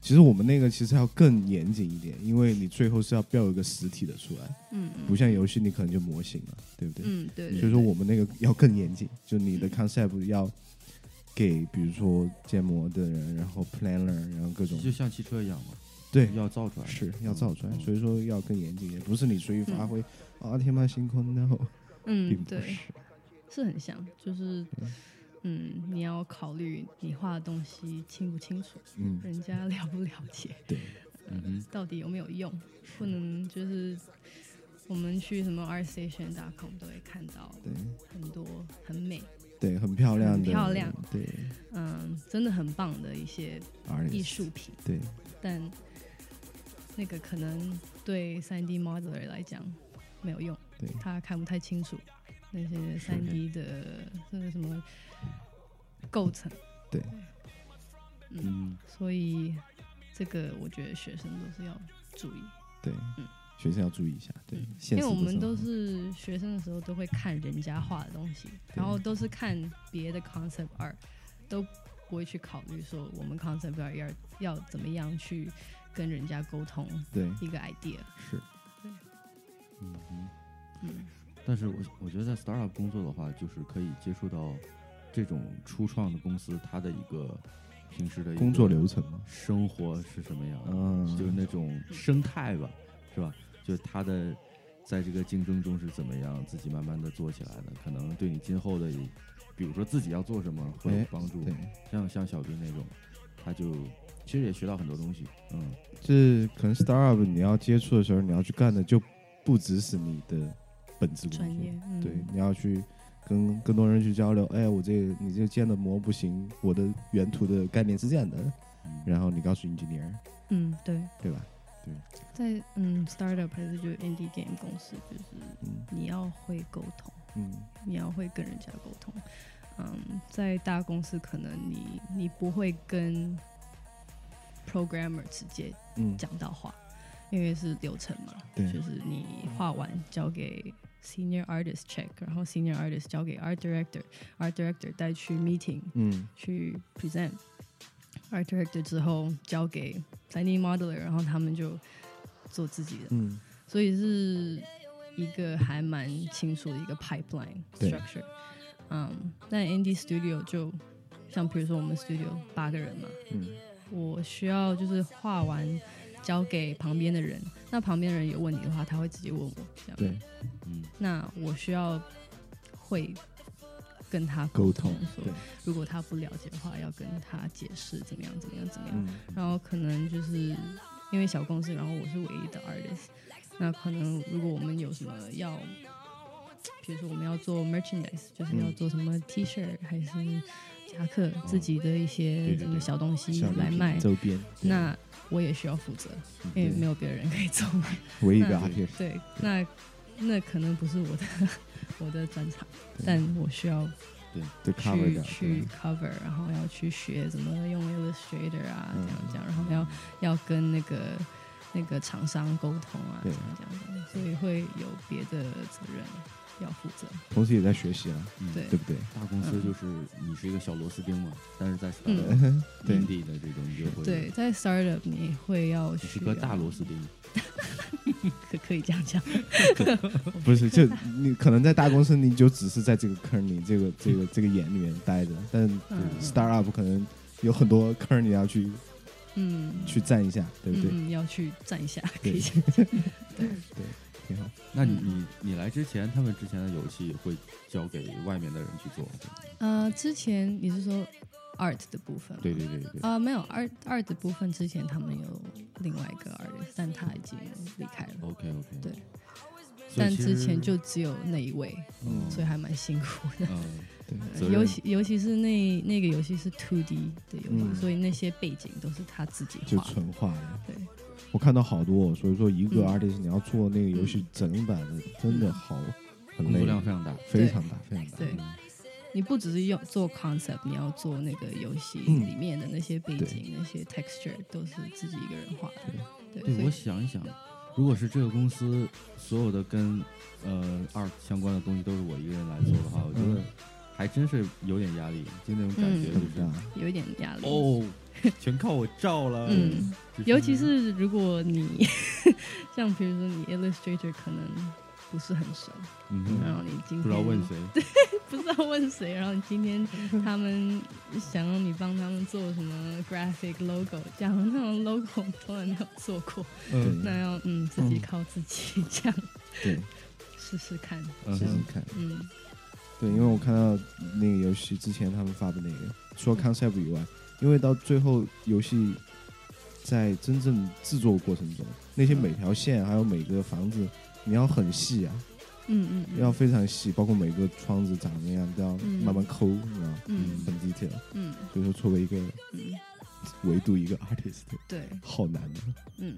Speaker 1: 其实我们那个其实要更严谨一点，因为你最后是要标一个实体的出来，
Speaker 2: 嗯
Speaker 1: 不像游戏你可能就模型了，对不对？
Speaker 2: 嗯，对对嗯
Speaker 1: 所以说我们那个要更严谨，就你的 concept 要给比如说建模的人，然后 planner，然后各种
Speaker 3: 就像汽车一样嘛，
Speaker 1: 对。
Speaker 3: 要造出来，
Speaker 1: 是要造出来，
Speaker 3: 嗯
Speaker 1: 所以说要更严谨一点，不是你随意发挥啊！天马行空，no，并
Speaker 2: 嗯
Speaker 1: 不
Speaker 2: 对
Speaker 1: 是。，
Speaker 2: 是很像，就是，嗯，你要考虑你画的东西清不清楚，
Speaker 1: 嗯，
Speaker 2: 人家了不了解，
Speaker 1: 对，
Speaker 3: 嗯哼，
Speaker 2: 到底有没有用，不能就是我们去什么 Art Station.com 都会看到
Speaker 1: 对，
Speaker 2: 很多很美，
Speaker 1: 对，很漂亮的，
Speaker 2: 很漂亮，
Speaker 1: 对，
Speaker 2: 嗯，真的很棒的一些
Speaker 1: artist
Speaker 2: 艺，术品，
Speaker 1: 对，
Speaker 2: 但那个可能对 3D modeler 来讲没有用，
Speaker 1: 对
Speaker 2: 他看不太清楚那些
Speaker 3: 是
Speaker 2: 3D 的那个什么构成。
Speaker 1: 对，
Speaker 2: 嗯，
Speaker 3: 嗯，
Speaker 2: 所以这个我觉得学生都是要注意，
Speaker 1: 对，
Speaker 2: 嗯
Speaker 1: 学生要注意一下，对
Speaker 2: 嗯，
Speaker 1: 现
Speaker 2: 因
Speaker 1: 实
Speaker 2: 为我
Speaker 1: 的
Speaker 2: 们
Speaker 1: 生
Speaker 2: 都
Speaker 1: 活
Speaker 2: 是学生的时候都会看人家画的东西，然后都是看别的 concept art，都不会去考虑说我们 concept art 要要怎么样去跟人家沟通
Speaker 1: 对，
Speaker 2: 一个 idea。
Speaker 1: 是，
Speaker 3: 嗯哼。
Speaker 2: 嗯
Speaker 3: 但是我我觉得在 startup 工作的话，就是可以接触到这种初创的公司，它的一个平时的一个
Speaker 1: 工作流程嘛，
Speaker 3: 生活是什么样的，
Speaker 1: 嗯，
Speaker 3: 就是那种生态吧，是吧？就是它的在这个竞争中是怎么样自己慢慢的做起来的，可能对你今后的，比如说自己要做什么会有
Speaker 1: 哎
Speaker 3: 帮助。
Speaker 1: 对，
Speaker 3: 像像小兵那种，他就其实也学到很多东西，嗯，
Speaker 1: 这可能 startup 你要接触的时候，你要去干的就不只是你的本职工
Speaker 2: 专业
Speaker 1: 作，，
Speaker 2: 嗯、
Speaker 1: 对，你要去。跟更多人去交流，哎，我这你这建的模不行，我的原图的概念是这样的，
Speaker 3: 嗯
Speaker 1: 然后你告诉 engineer，
Speaker 2: 嗯，对，
Speaker 1: 对吧？
Speaker 2: 在嗯 startup 还是就是 indie game 公司，就是
Speaker 1: 嗯
Speaker 2: 你要会沟通，
Speaker 1: 嗯，
Speaker 2: 你要会跟人家沟通。嗯，在大公司可能你你不会跟 programmer 直接
Speaker 1: 嗯，
Speaker 2: 讲到话，因为是流程嘛，
Speaker 1: 对
Speaker 2: 就是你画完交给 senior artist check，然后 senior artist 交给 art director，art director 带去 meeting，
Speaker 1: 嗯
Speaker 2: 去 present art director 之后交给 3D modeler，然后他们就做自己的，
Speaker 1: 嗯，
Speaker 2: 所以是一个还蛮清楚的一个 pipeline
Speaker 1: 对
Speaker 2: structure。嗯，但 indie studio 就像比如说我们 studio 八个人嘛，
Speaker 1: 嗯，
Speaker 2: 我需要就是画完交给旁边的人，那旁边的人有问题的话，他会直接问我，这样。
Speaker 1: 对，
Speaker 3: 嗯，
Speaker 2: 那我需要会跟他
Speaker 1: 沟
Speaker 2: 通
Speaker 1: 通，
Speaker 2: 说
Speaker 1: 对，
Speaker 2: 如果他不了解的话，要跟他解释怎么样，怎么样，怎么样。
Speaker 1: 嗯，
Speaker 2: 然后可能就是因为小公司，然后我是唯一的 artist，那可能如果我们有什么要，比如说我们要做 merchandise，就是
Speaker 1: 嗯
Speaker 2: 要做什么 T 恤还是夹克，
Speaker 1: 哦
Speaker 2: 自己的一些
Speaker 3: 对对
Speaker 2: 什么
Speaker 3: 对
Speaker 2: 小东西
Speaker 1: 小礼
Speaker 2: 来
Speaker 1: 品
Speaker 2: 卖，
Speaker 1: 周边，对
Speaker 2: 那我也需要负责，
Speaker 3: 嗯
Speaker 2: 因为
Speaker 1: 对
Speaker 2: 没有别人可以做嘛。
Speaker 1: 唯一的
Speaker 2: 那
Speaker 1: artist，
Speaker 2: 对，那那可能不是我的 我的专长，
Speaker 1: 对
Speaker 2: 但我需要
Speaker 1: 对 cover
Speaker 2: 去
Speaker 1: 掉，
Speaker 2: 去 cover，然后要去学怎么用 Illustrator 啊，这
Speaker 1: 嗯
Speaker 2: 样这样，然后要要跟那个那个厂商沟通啊，这
Speaker 1: 对
Speaker 2: 样这样这样，所以会有别的责任要负责。
Speaker 1: 同时也在学习了，
Speaker 3: 嗯
Speaker 2: 对
Speaker 1: 对不对？
Speaker 3: 大公司
Speaker 2: 嗯
Speaker 3: 就是你是一个小螺丝钉嘛，但是在
Speaker 2: 嗯
Speaker 3: startup
Speaker 1: 嗯对
Speaker 3: 营地的这种你就会
Speaker 2: 对，，在 startup 你会要
Speaker 3: 你是
Speaker 2: 去
Speaker 3: 个大螺丝钉，
Speaker 2: 可可以这样讲，
Speaker 1: 不是，就你可能在大公司，你就只是在这个坑里、这个这个这个眼里面待着，但
Speaker 2: 嗯
Speaker 1: startup 可能有很多坑你要去
Speaker 2: 嗯，
Speaker 1: 去站一下，对不对？
Speaker 2: 嗯嗯要去站一下，可
Speaker 1: 对
Speaker 2: 以这样讲，对，
Speaker 1: 挺好。
Speaker 3: 那你
Speaker 2: 嗯
Speaker 3: 你你来之前，他们之前的游戏会交给外面的人去做。
Speaker 2: 呃，之前你是说 art 的部分吗？
Speaker 3: 对对对对，
Speaker 2: 啊、没有二二的部分之前他们有另外一个二的，但他已经离开了。
Speaker 3: OK OK，
Speaker 2: 对，
Speaker 3: 所以
Speaker 2: 但
Speaker 3: 其实
Speaker 2: 之前就只有那一位，
Speaker 1: 嗯
Speaker 2: 所以还蛮辛苦的。
Speaker 3: 嗯
Speaker 1: 对，
Speaker 3: 责任
Speaker 2: 尤其尤其是那那个游戏是 two D 的游戏，
Speaker 1: 嗯
Speaker 2: 所以那些背景都是他自己
Speaker 1: 就
Speaker 2: 画的。
Speaker 1: 纯画的。
Speaker 2: 对，
Speaker 1: 我看到好多，所以说一个
Speaker 2: 嗯
Speaker 1: artist 你要做那个游戏整版的，真的好很
Speaker 3: 工
Speaker 1: 累
Speaker 3: 作，量非常大。
Speaker 1: 非常大，非常大。
Speaker 2: 对
Speaker 3: 嗯
Speaker 2: 你不只是用做 concept，你要做那个游戏
Speaker 1: 嗯
Speaker 2: 里面的那些背
Speaker 1: 对
Speaker 2: 景、那些 texture 都是自己一个人画的。对，
Speaker 3: 对，嗯
Speaker 2: 所以
Speaker 3: 我想一想，如果是这个公司所有的跟呃二相关的东西都是我一个人来做的话，我觉得
Speaker 1: 嗯
Speaker 3: 还真是有点压力，就那种感
Speaker 2: 嗯
Speaker 3: 觉就
Speaker 1: 很
Speaker 3: 是、
Speaker 1: 大，
Speaker 2: 有一点压力。
Speaker 3: 哦， 全靠我照了。
Speaker 2: 嗯
Speaker 3: 就
Speaker 2: 尤其是如果你 像比如说你 Illustrator 可能不是很熟，
Speaker 3: 嗯哼
Speaker 2: 然后你今天
Speaker 3: 不知道问谁，
Speaker 2: 不知道问谁，然后你今天他们想让你帮他们做什么 graphic logo，这样那种 logo 从来没有做过，
Speaker 3: 嗯
Speaker 2: 那要嗯自己
Speaker 1: 嗯
Speaker 2: 靠自己这样
Speaker 1: 对，
Speaker 2: 试试看，
Speaker 3: 嗯
Speaker 1: 试试
Speaker 3: 哼，
Speaker 1: 看。
Speaker 2: 嗯
Speaker 1: 对，因为我看到那个游戏之前他们发布那个，除了 concept 以外，因为到最后游戏在真正制作过程中，那些每条线还有每个房子，你要很细啊，
Speaker 2: 嗯嗯，嗯
Speaker 1: 要非常细，包括每个窗子长什么样都要
Speaker 2: 嗯
Speaker 1: 慢慢抠，你知道吗，
Speaker 2: 嗯
Speaker 1: 很 detail。
Speaker 2: 嗯
Speaker 1: 所以说，作为一个
Speaker 2: 嗯，
Speaker 1: 维度一个 artist，
Speaker 2: 对，
Speaker 1: 好难啊的。
Speaker 2: 嗯，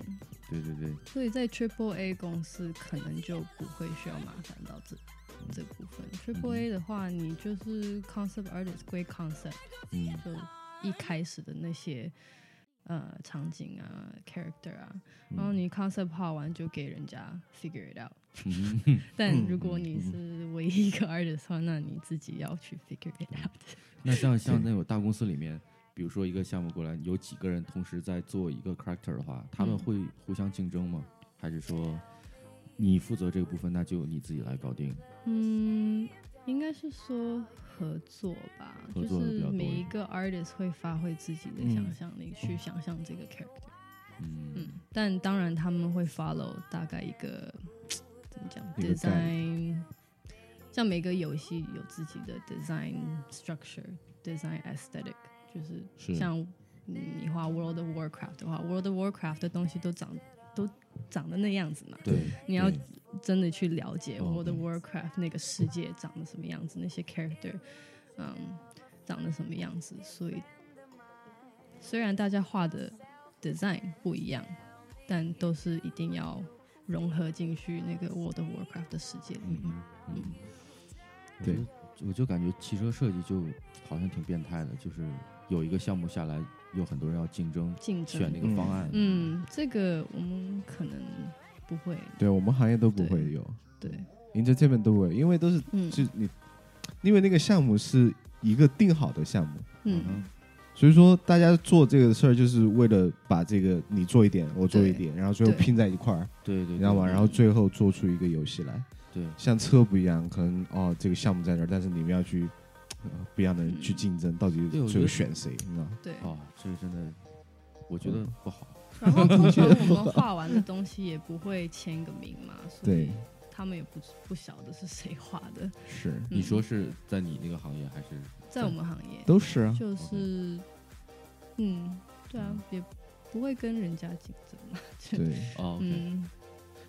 Speaker 3: 对对对，
Speaker 2: 所以在 Triple A 公司可能就不会需要麻烦到这这部分。Triple A 的话，你就是 concept artist 归 concept，
Speaker 3: 嗯
Speaker 2: 就一开始的那些呃场景啊、character 啊，然后你 concept 画完就给人家 figure it out。
Speaker 3: 嗯哼，
Speaker 2: 但如果你是唯一一个 artist 的话，那你自己要去 figure it out。
Speaker 3: 那像像
Speaker 1: 对
Speaker 3: 那种大公司里面。比如说一个项目过来，有几个人同时在做一个 character 的话，他们
Speaker 2: 嗯
Speaker 3: 会互相竞争吗？还是说你负责这个部分，那就你自己来搞定？
Speaker 2: 嗯，应该是说合作吧，
Speaker 3: 合作
Speaker 2: 就
Speaker 3: 的比
Speaker 2: 是
Speaker 3: 较多
Speaker 2: 每
Speaker 3: 一
Speaker 2: 一
Speaker 3: 点
Speaker 2: 个 artist 会发挥自己的
Speaker 1: 嗯
Speaker 2: 想象力去想象这个 character。
Speaker 3: 嗯
Speaker 2: 嗯，但当然他们会 follow 大概一个怎么讲
Speaker 1: 一个概
Speaker 2: design，像每个游戏有自己的 design structure、design aesthetic，就是
Speaker 3: 是
Speaker 2: 像你画 World of Warcraft 的话，World of Warcraft 的东西都长都长得那样子嘛，
Speaker 3: 对，嗯
Speaker 2: 你要
Speaker 3: 对
Speaker 2: 真的去了解
Speaker 3: 哦
Speaker 2: World of
Speaker 3: 对
Speaker 2: Warcraft 那个世界长得什么样子，那些 character，嗯，长得什么样子。所以，虽然大家画的 design 不一样，但都是一定要融合进去那个 World of Warcraft 的世界里面。
Speaker 3: 嗯嗯嗯，我
Speaker 1: 对
Speaker 3: 就，我就感觉汽车设计就好像挺变态的，就是有一个项目下来，有很多人要竞争
Speaker 2: 竞
Speaker 3: 选那
Speaker 2: 争，
Speaker 3: 个方案。
Speaker 2: 嗯，这个我们可能不会，
Speaker 1: 对我们行业都不会
Speaker 2: 对
Speaker 1: 有
Speaker 2: 对，
Speaker 1: ，entertainment 都不会有，因为都是
Speaker 2: 嗯
Speaker 1: 就你，因为那个项目是一个定好的项目。
Speaker 2: 嗯，
Speaker 3: 哼，
Speaker 1: 所以说，大家做这个事儿就是为了把这个你做一点，我做一点，然后最后
Speaker 2: 对
Speaker 1: 拼在一块儿，
Speaker 3: 对对，
Speaker 1: 你知道吗？
Speaker 3: 对
Speaker 1: 然后最后做出一个游戏来。
Speaker 3: 对，
Speaker 1: 像车不一样，可能哦这个项目在这儿，但是你们要去、呃不一样的人
Speaker 2: 嗯
Speaker 1: 去竞争，到底
Speaker 3: 对我觉
Speaker 1: 最后
Speaker 3: 得
Speaker 1: 选谁，你知道吗？
Speaker 2: 对，嗯
Speaker 3: 哦，这个真的，我觉得不好。
Speaker 2: 然后通常我们 画完的东西也不会签个名嘛，所以
Speaker 1: 对
Speaker 2: 他们也不不晓得是谁画的，
Speaker 1: 是
Speaker 2: 嗯
Speaker 3: 你说是在你那个行业还是
Speaker 2: 在我们行业
Speaker 1: 都是啊，
Speaker 2: 就是，嗯，对啊，也不会跟人家竞争嘛，就
Speaker 1: 对，
Speaker 3: 哦？OK、
Speaker 2: 嗯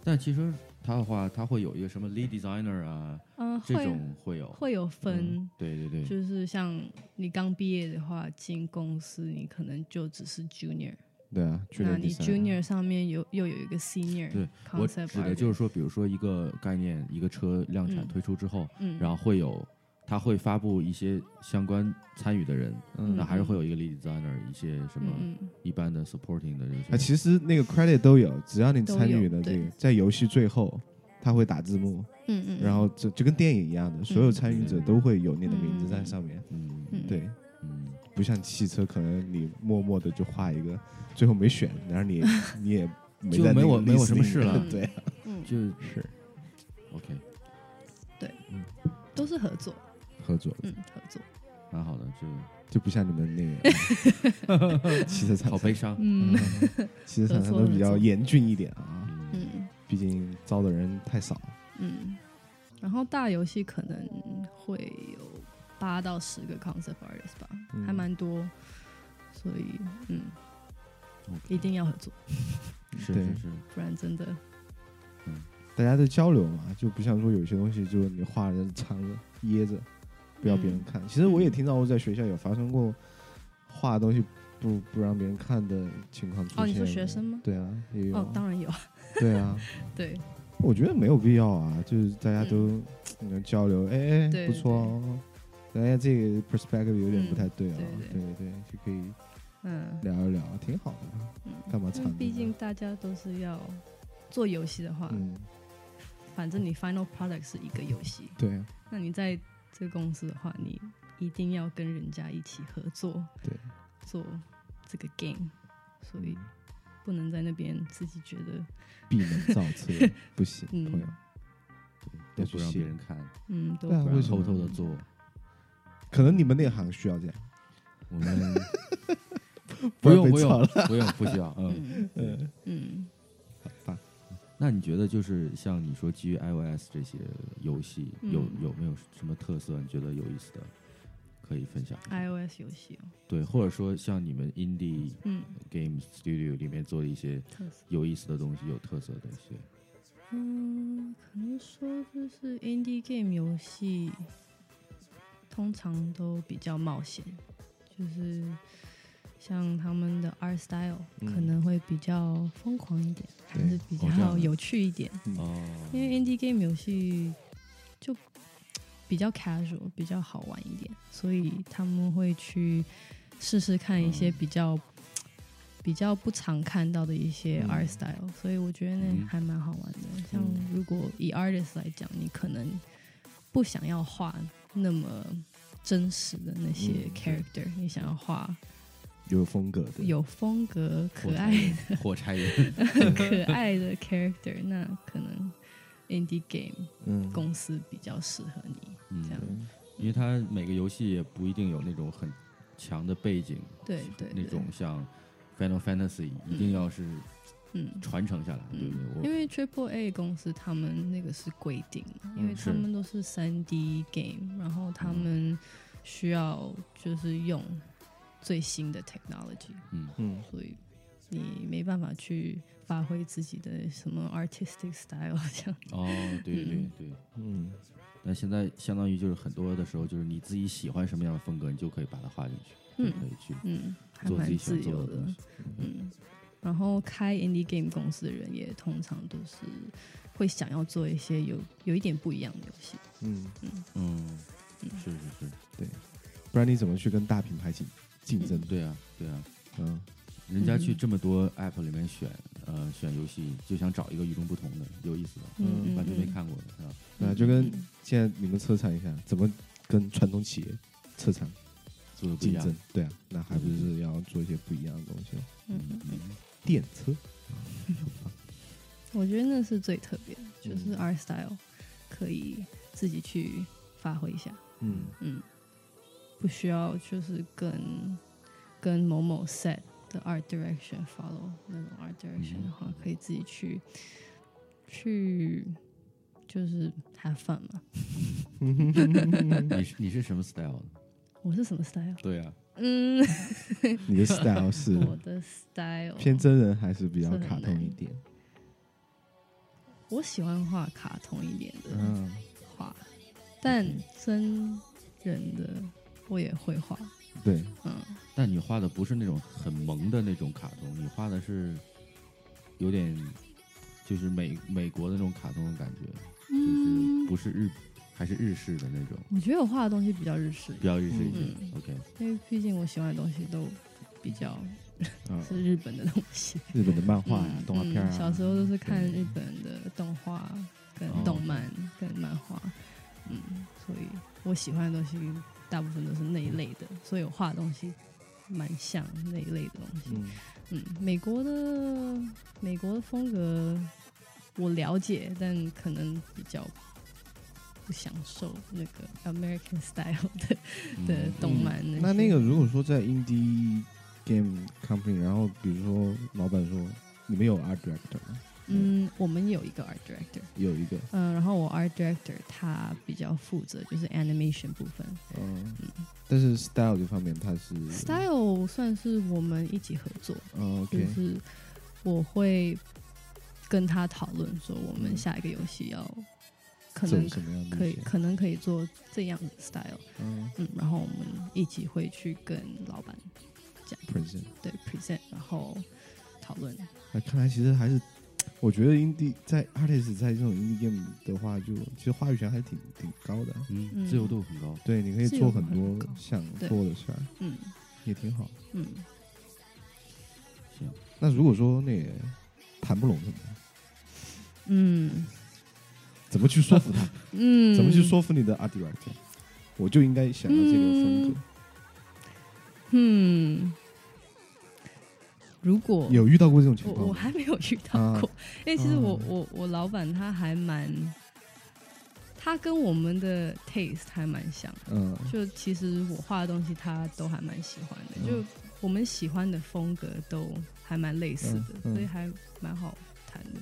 Speaker 3: 但其实他的话，他会有一个什么 lead designer 啊，
Speaker 2: 嗯，
Speaker 3: 这
Speaker 2: 会
Speaker 3: 种会有。
Speaker 2: 会有分
Speaker 3: 嗯，对对对，
Speaker 2: 就是像你刚毕业的话，进公司你可能就只是 junior，
Speaker 1: 对啊，去
Speaker 2: 那
Speaker 1: 年
Speaker 2: 你 junior 上面有又有一个 senior，
Speaker 3: 嗯对我
Speaker 2: concept
Speaker 3: 指的就是
Speaker 2: artist
Speaker 3: 说，比如说一个概念，一个车量产
Speaker 2: 嗯
Speaker 3: 推出之后，
Speaker 2: 嗯，
Speaker 3: 然
Speaker 2: 后
Speaker 3: 后会有他会发布一些相关参与的人，
Speaker 1: 嗯
Speaker 3: 那还是会有一个 lead designer，一些什么
Speaker 2: 嗯嗯
Speaker 3: 一般的 supporting 的人。
Speaker 1: 啊，其实那个 credit 都有，只要你
Speaker 2: 都
Speaker 1: 参与
Speaker 2: 有
Speaker 1: 了这
Speaker 2: 对
Speaker 1: 个，在游戏最后他会打字幕，
Speaker 2: 嗯嗯，
Speaker 1: 然后就就跟电影一样的，所有参与者都会有你的名字在上面。
Speaker 3: 嗯
Speaker 2: 嗯
Speaker 1: 对，
Speaker 3: 嗯，
Speaker 1: 不像汽车，可能你默默的就画一个，最后没选，然后你 你也没
Speaker 3: 就
Speaker 1: 在
Speaker 3: 没
Speaker 1: 那个
Speaker 3: 我没有
Speaker 1: list
Speaker 3: 什么
Speaker 1: 里
Speaker 3: 事
Speaker 1: 面
Speaker 2: 了
Speaker 1: 对，
Speaker 2: 嗯
Speaker 3: 就是 OK，
Speaker 2: 都是合作，
Speaker 1: 合作，
Speaker 2: 嗯合作，
Speaker 3: 蛮好的，
Speaker 1: 就不像你们那 个汽车
Speaker 3: 就
Speaker 1: 厂
Speaker 3: 好
Speaker 1: 商
Speaker 3: 悲，伤。
Speaker 2: 嗯
Speaker 1: 汽车厂商
Speaker 2: 合作
Speaker 1: 都比较
Speaker 2: 合作
Speaker 1: 严峻一点啊，
Speaker 3: 嗯
Speaker 2: 嗯
Speaker 1: 毕竟招的人太少。
Speaker 2: 嗯，然后大游戏可能会有八到十个 concept artist 吧，
Speaker 1: 嗯
Speaker 2: 还蛮多，所以嗯
Speaker 3: OK
Speaker 2: 一定要合作，嗯
Speaker 3: 是
Speaker 1: 对
Speaker 3: 是是，
Speaker 2: 不然真的
Speaker 1: 大家的交流嘛，就不像说有些东西就你画着藏着掖着，不要别人看。
Speaker 3: 嗯
Speaker 1: 其实我也听到过，在学校有发生过画的东西不不让别人看的情况出现。
Speaker 2: 哦你说学生吗
Speaker 1: 对啊，也有。
Speaker 2: 哦，当然有，
Speaker 1: 对啊，
Speaker 2: 对，
Speaker 1: 我觉得没有必要啊，就是大家都能交流，哎哎，
Speaker 2: 对
Speaker 1: 不错哦。哎，这个 perspective 有点不太对啊，
Speaker 2: 嗯对
Speaker 1: 对对，就可以
Speaker 2: 嗯
Speaker 1: 聊一聊，挺好的啊，
Speaker 2: 嗯，
Speaker 1: 干嘛藏着
Speaker 2: 那
Speaker 1: 呢？
Speaker 2: 毕竟大家都是要做游戏的话，
Speaker 1: 嗯，
Speaker 2: 反正你 final product 是一个游戏，
Speaker 1: 对啊
Speaker 2: 那你在这个公司的话，你一定要跟人家一起合作，
Speaker 1: 对，
Speaker 2: 做这个 game，所以
Speaker 1: 嗯
Speaker 2: 不能在那边自己觉得，
Speaker 1: 闭门造车 不行，
Speaker 2: 嗯
Speaker 1: 朋友，
Speaker 3: 都
Speaker 1: 要去
Speaker 3: 不让
Speaker 1: 写
Speaker 3: 别人看，
Speaker 2: 嗯，都
Speaker 1: 对啊
Speaker 3: 不
Speaker 1: 为
Speaker 3: 然
Speaker 1: 什么
Speaker 3: 偷偷的做。
Speaker 1: 可能你们那行需要这样。
Speaker 3: 我们
Speaker 1: 不
Speaker 3: 不
Speaker 1: 要
Speaker 3: 用
Speaker 1: 被
Speaker 3: 不
Speaker 1: 炒
Speaker 3: 用不用不需要。 嗯，
Speaker 2: 嗯
Speaker 3: 对
Speaker 2: 嗯
Speaker 1: 好吧，
Speaker 3: 那你觉得就是像你说基于 iOS 这些游戏，有
Speaker 2: 嗯
Speaker 3: 有没有什么特色？你觉得有意思的可以分享一下？
Speaker 2: ，iOS 游戏哦，
Speaker 3: 对，或者说像你们 indie
Speaker 2: 嗯，
Speaker 3: game studio 里面做的一些
Speaker 2: 特色，
Speaker 3: 有意思的东西，有特色的东西。
Speaker 2: 嗯，可能说就是 indie game 游戏通常都比较冒险，就是像他们的 art style
Speaker 1: 嗯
Speaker 2: 可能会比较疯狂一点，还
Speaker 1: 对
Speaker 2: 是比
Speaker 3: 哦这样
Speaker 2: 较
Speaker 3: 的
Speaker 2: 有趣一点。
Speaker 1: 嗯
Speaker 3: 哦，
Speaker 2: 因为 indie game 游戏就比较 casual，比较好玩一点，所以他们会去试试看一些
Speaker 3: 嗯
Speaker 2: 比较、比较不常看到的一些
Speaker 1: 嗯
Speaker 2: art style，、所以我觉得那
Speaker 3: 嗯
Speaker 2: 还蛮好玩的。像
Speaker 1: 嗯
Speaker 2: 如果以 artist 来讲，你可能不想要画那么真实的那些
Speaker 1: 嗯对
Speaker 2: character，、你想要画
Speaker 1: 有风格的，
Speaker 2: 有风格、
Speaker 3: 火
Speaker 2: 可
Speaker 3: 柴
Speaker 2: 爱
Speaker 3: 人，火柴 人，
Speaker 2: 可爱的 character，那可能 indie game
Speaker 1: 嗯，
Speaker 2: 公司比较适合你。这样
Speaker 3: 嗯，
Speaker 1: 嗯
Speaker 3: 因为它每个游戏也不一定有那种很强的背景，
Speaker 2: 对哎对，
Speaker 3: 那
Speaker 2: 对
Speaker 3: 种像 Final Fantasy 一定要是
Speaker 2: 嗯，
Speaker 3: 传承下来，对不对？我
Speaker 2: 因为 Triple A 公司他们那个是规定嘛，因为
Speaker 3: 是嗯
Speaker 2: 他们都是三 D game，然后他们需要就是用最新的 technology，
Speaker 3: 嗯
Speaker 1: 嗯，
Speaker 2: 所以你没办法去发挥自己的什么 artistic style 这样。
Speaker 3: 哦，对对对
Speaker 2: 嗯
Speaker 3: 对。
Speaker 1: 嗯，
Speaker 3: 但现在相当于就是很多的时候，就是你自己喜欢什么样的风格，你就可以把它画进去，
Speaker 2: 嗯
Speaker 3: 就可以去
Speaker 2: 嗯，还
Speaker 3: 做自
Speaker 2: 蛮
Speaker 3: 己想
Speaker 2: 自
Speaker 3: 做
Speaker 2: 由
Speaker 3: 的东
Speaker 2: 的
Speaker 3: 西。。
Speaker 2: 嗯，然后开 indie game 公司的人也通常都是会想要做一些有有一点不一样的游戏。
Speaker 1: 嗯，
Speaker 3: 嗯，是是是，
Speaker 1: 不然你怎么去跟大品牌竞竞争？
Speaker 3: 对啊对啊，
Speaker 1: 嗯，
Speaker 3: 人家去
Speaker 2: 嗯
Speaker 3: 这么多 app 里面选，呃，选游戏就想找一个与众不同的、有意思的，
Speaker 2: 嗯嗯
Speaker 3: 完全没
Speaker 2: 嗯
Speaker 3: 看过的，是吧？
Speaker 1: 那就跟现在你们车厂一下，怎么跟传统企业车厂
Speaker 3: 做的不一
Speaker 1: 竞
Speaker 3: 样
Speaker 1: 争。？对啊，那还不是要做一些不一样的东西吗？
Speaker 2: 嗯
Speaker 3: 嗯
Speaker 2: 嗯嗯，
Speaker 3: 嗯
Speaker 1: 电车，
Speaker 2: 我觉得那是最特别的，就
Speaker 1: 嗯
Speaker 2: 是 art style 可以自己去发挥一下，
Speaker 1: 嗯
Speaker 2: 嗯，不需要就是跟跟某某 set 的 art direction follow 那种 art direction
Speaker 3: 嗯
Speaker 2: 的话，可以自己去去就是 have fun 嘛。
Speaker 3: 嗯你是你是什么 style 的？
Speaker 2: 我是什么 style？
Speaker 3: 对啊，
Speaker 2: 嗯，
Speaker 1: 你的 style 是
Speaker 2: 我的 style
Speaker 1: 偏真人还是比较
Speaker 2: 是很
Speaker 1: 卡通
Speaker 2: 难
Speaker 1: 一点？
Speaker 2: 我喜欢画卡通一点的
Speaker 1: 嗯，
Speaker 2: 画，但真人的我也会画。
Speaker 1: 对，
Speaker 2: 嗯，
Speaker 3: 但你画的不是那种很萌的那种卡通，你画的是有点就是美美国的那种卡通的感觉，就是
Speaker 2: 嗯，
Speaker 3: 不是日还是日式的那种，
Speaker 2: 我觉得我画的东西比较日式，
Speaker 3: 比较日式一点。
Speaker 2: 嗯
Speaker 3: OK，
Speaker 2: 因为毕竟我喜欢的东西都比较
Speaker 1: 啊，
Speaker 2: 是日本的东西。
Speaker 1: 日本的漫 画呀
Speaker 2: 嗯、
Speaker 1: 动画片啊，
Speaker 2: 嗯小时候都是看
Speaker 1: 对
Speaker 2: 日本的动画、跟
Speaker 3: 哦
Speaker 2: 动漫、跟漫画，嗯，所以我喜欢的东西大部分都是那一类的，所以我画的东西蛮像那一类的东西。
Speaker 1: 嗯，
Speaker 2: 嗯，美国的美国的风格我了解，但可能比较不享受那个 American style 的
Speaker 3: 嗯
Speaker 2: 的动漫那些。
Speaker 1: 那那个如果说在 indie game company，然后比如说老板说你们有 art director 吗？
Speaker 2: 嗯，我们有一个 art director。
Speaker 1: 有一个，
Speaker 2: 嗯，然后我 art director 他比较负责就是 animation 部分
Speaker 1: 嗯，但是 style 这方面他是
Speaker 2: ，style 算是我们一起合作，
Speaker 1: 嗯
Speaker 2: 就
Speaker 1: ，OK，
Speaker 2: 是我会跟他讨论说我们
Speaker 1: 嗯
Speaker 2: 下一个游戏要可
Speaker 1: 走
Speaker 2: 能
Speaker 1: 什么样的
Speaker 2: 可以
Speaker 1: 路线
Speaker 2: 可能可以做这样的 style，
Speaker 1: 嗯
Speaker 2: 嗯，然后我们一起会去跟老板
Speaker 1: ，present。
Speaker 2: 对 present，然后讨论，
Speaker 1: 那看来其实还是，呃我觉得 indie 在 artist 在这种 indie game 的话就，其实话语权还挺挺高的。
Speaker 3: 嗯，
Speaker 2: 嗯
Speaker 3: 自由度很高。
Speaker 1: 对，你可以
Speaker 2: 自由
Speaker 1: 做
Speaker 2: 度
Speaker 1: 很
Speaker 2: 还很
Speaker 1: 多
Speaker 2: 高
Speaker 1: 想
Speaker 2: 对
Speaker 1: 做的事儿，
Speaker 2: 嗯
Speaker 1: 也挺好。
Speaker 2: 嗯，
Speaker 1: 那如果说那个谈不拢怎么办？
Speaker 2: 嗯
Speaker 1: 怎么去说服他？
Speaker 2: 嗯，
Speaker 1: 怎么去说服你的 art director？我就应该想要这个风格。
Speaker 2: 嗯，如果
Speaker 1: 嗯有遇到过这种情
Speaker 2: 我
Speaker 1: 况
Speaker 2: 我
Speaker 1: 吗？
Speaker 2: 还没有遇到过，因为其实我、
Speaker 1: 啊
Speaker 2: 我我老板他还蛮，他跟我们的 taste 还蛮像的，
Speaker 1: 嗯
Speaker 2: 就其实我画的东西他都还蛮喜欢的，
Speaker 1: 嗯
Speaker 2: 就我们喜欢的风格都还蛮类似的，
Speaker 1: 嗯嗯
Speaker 2: 所以还蛮好谈的。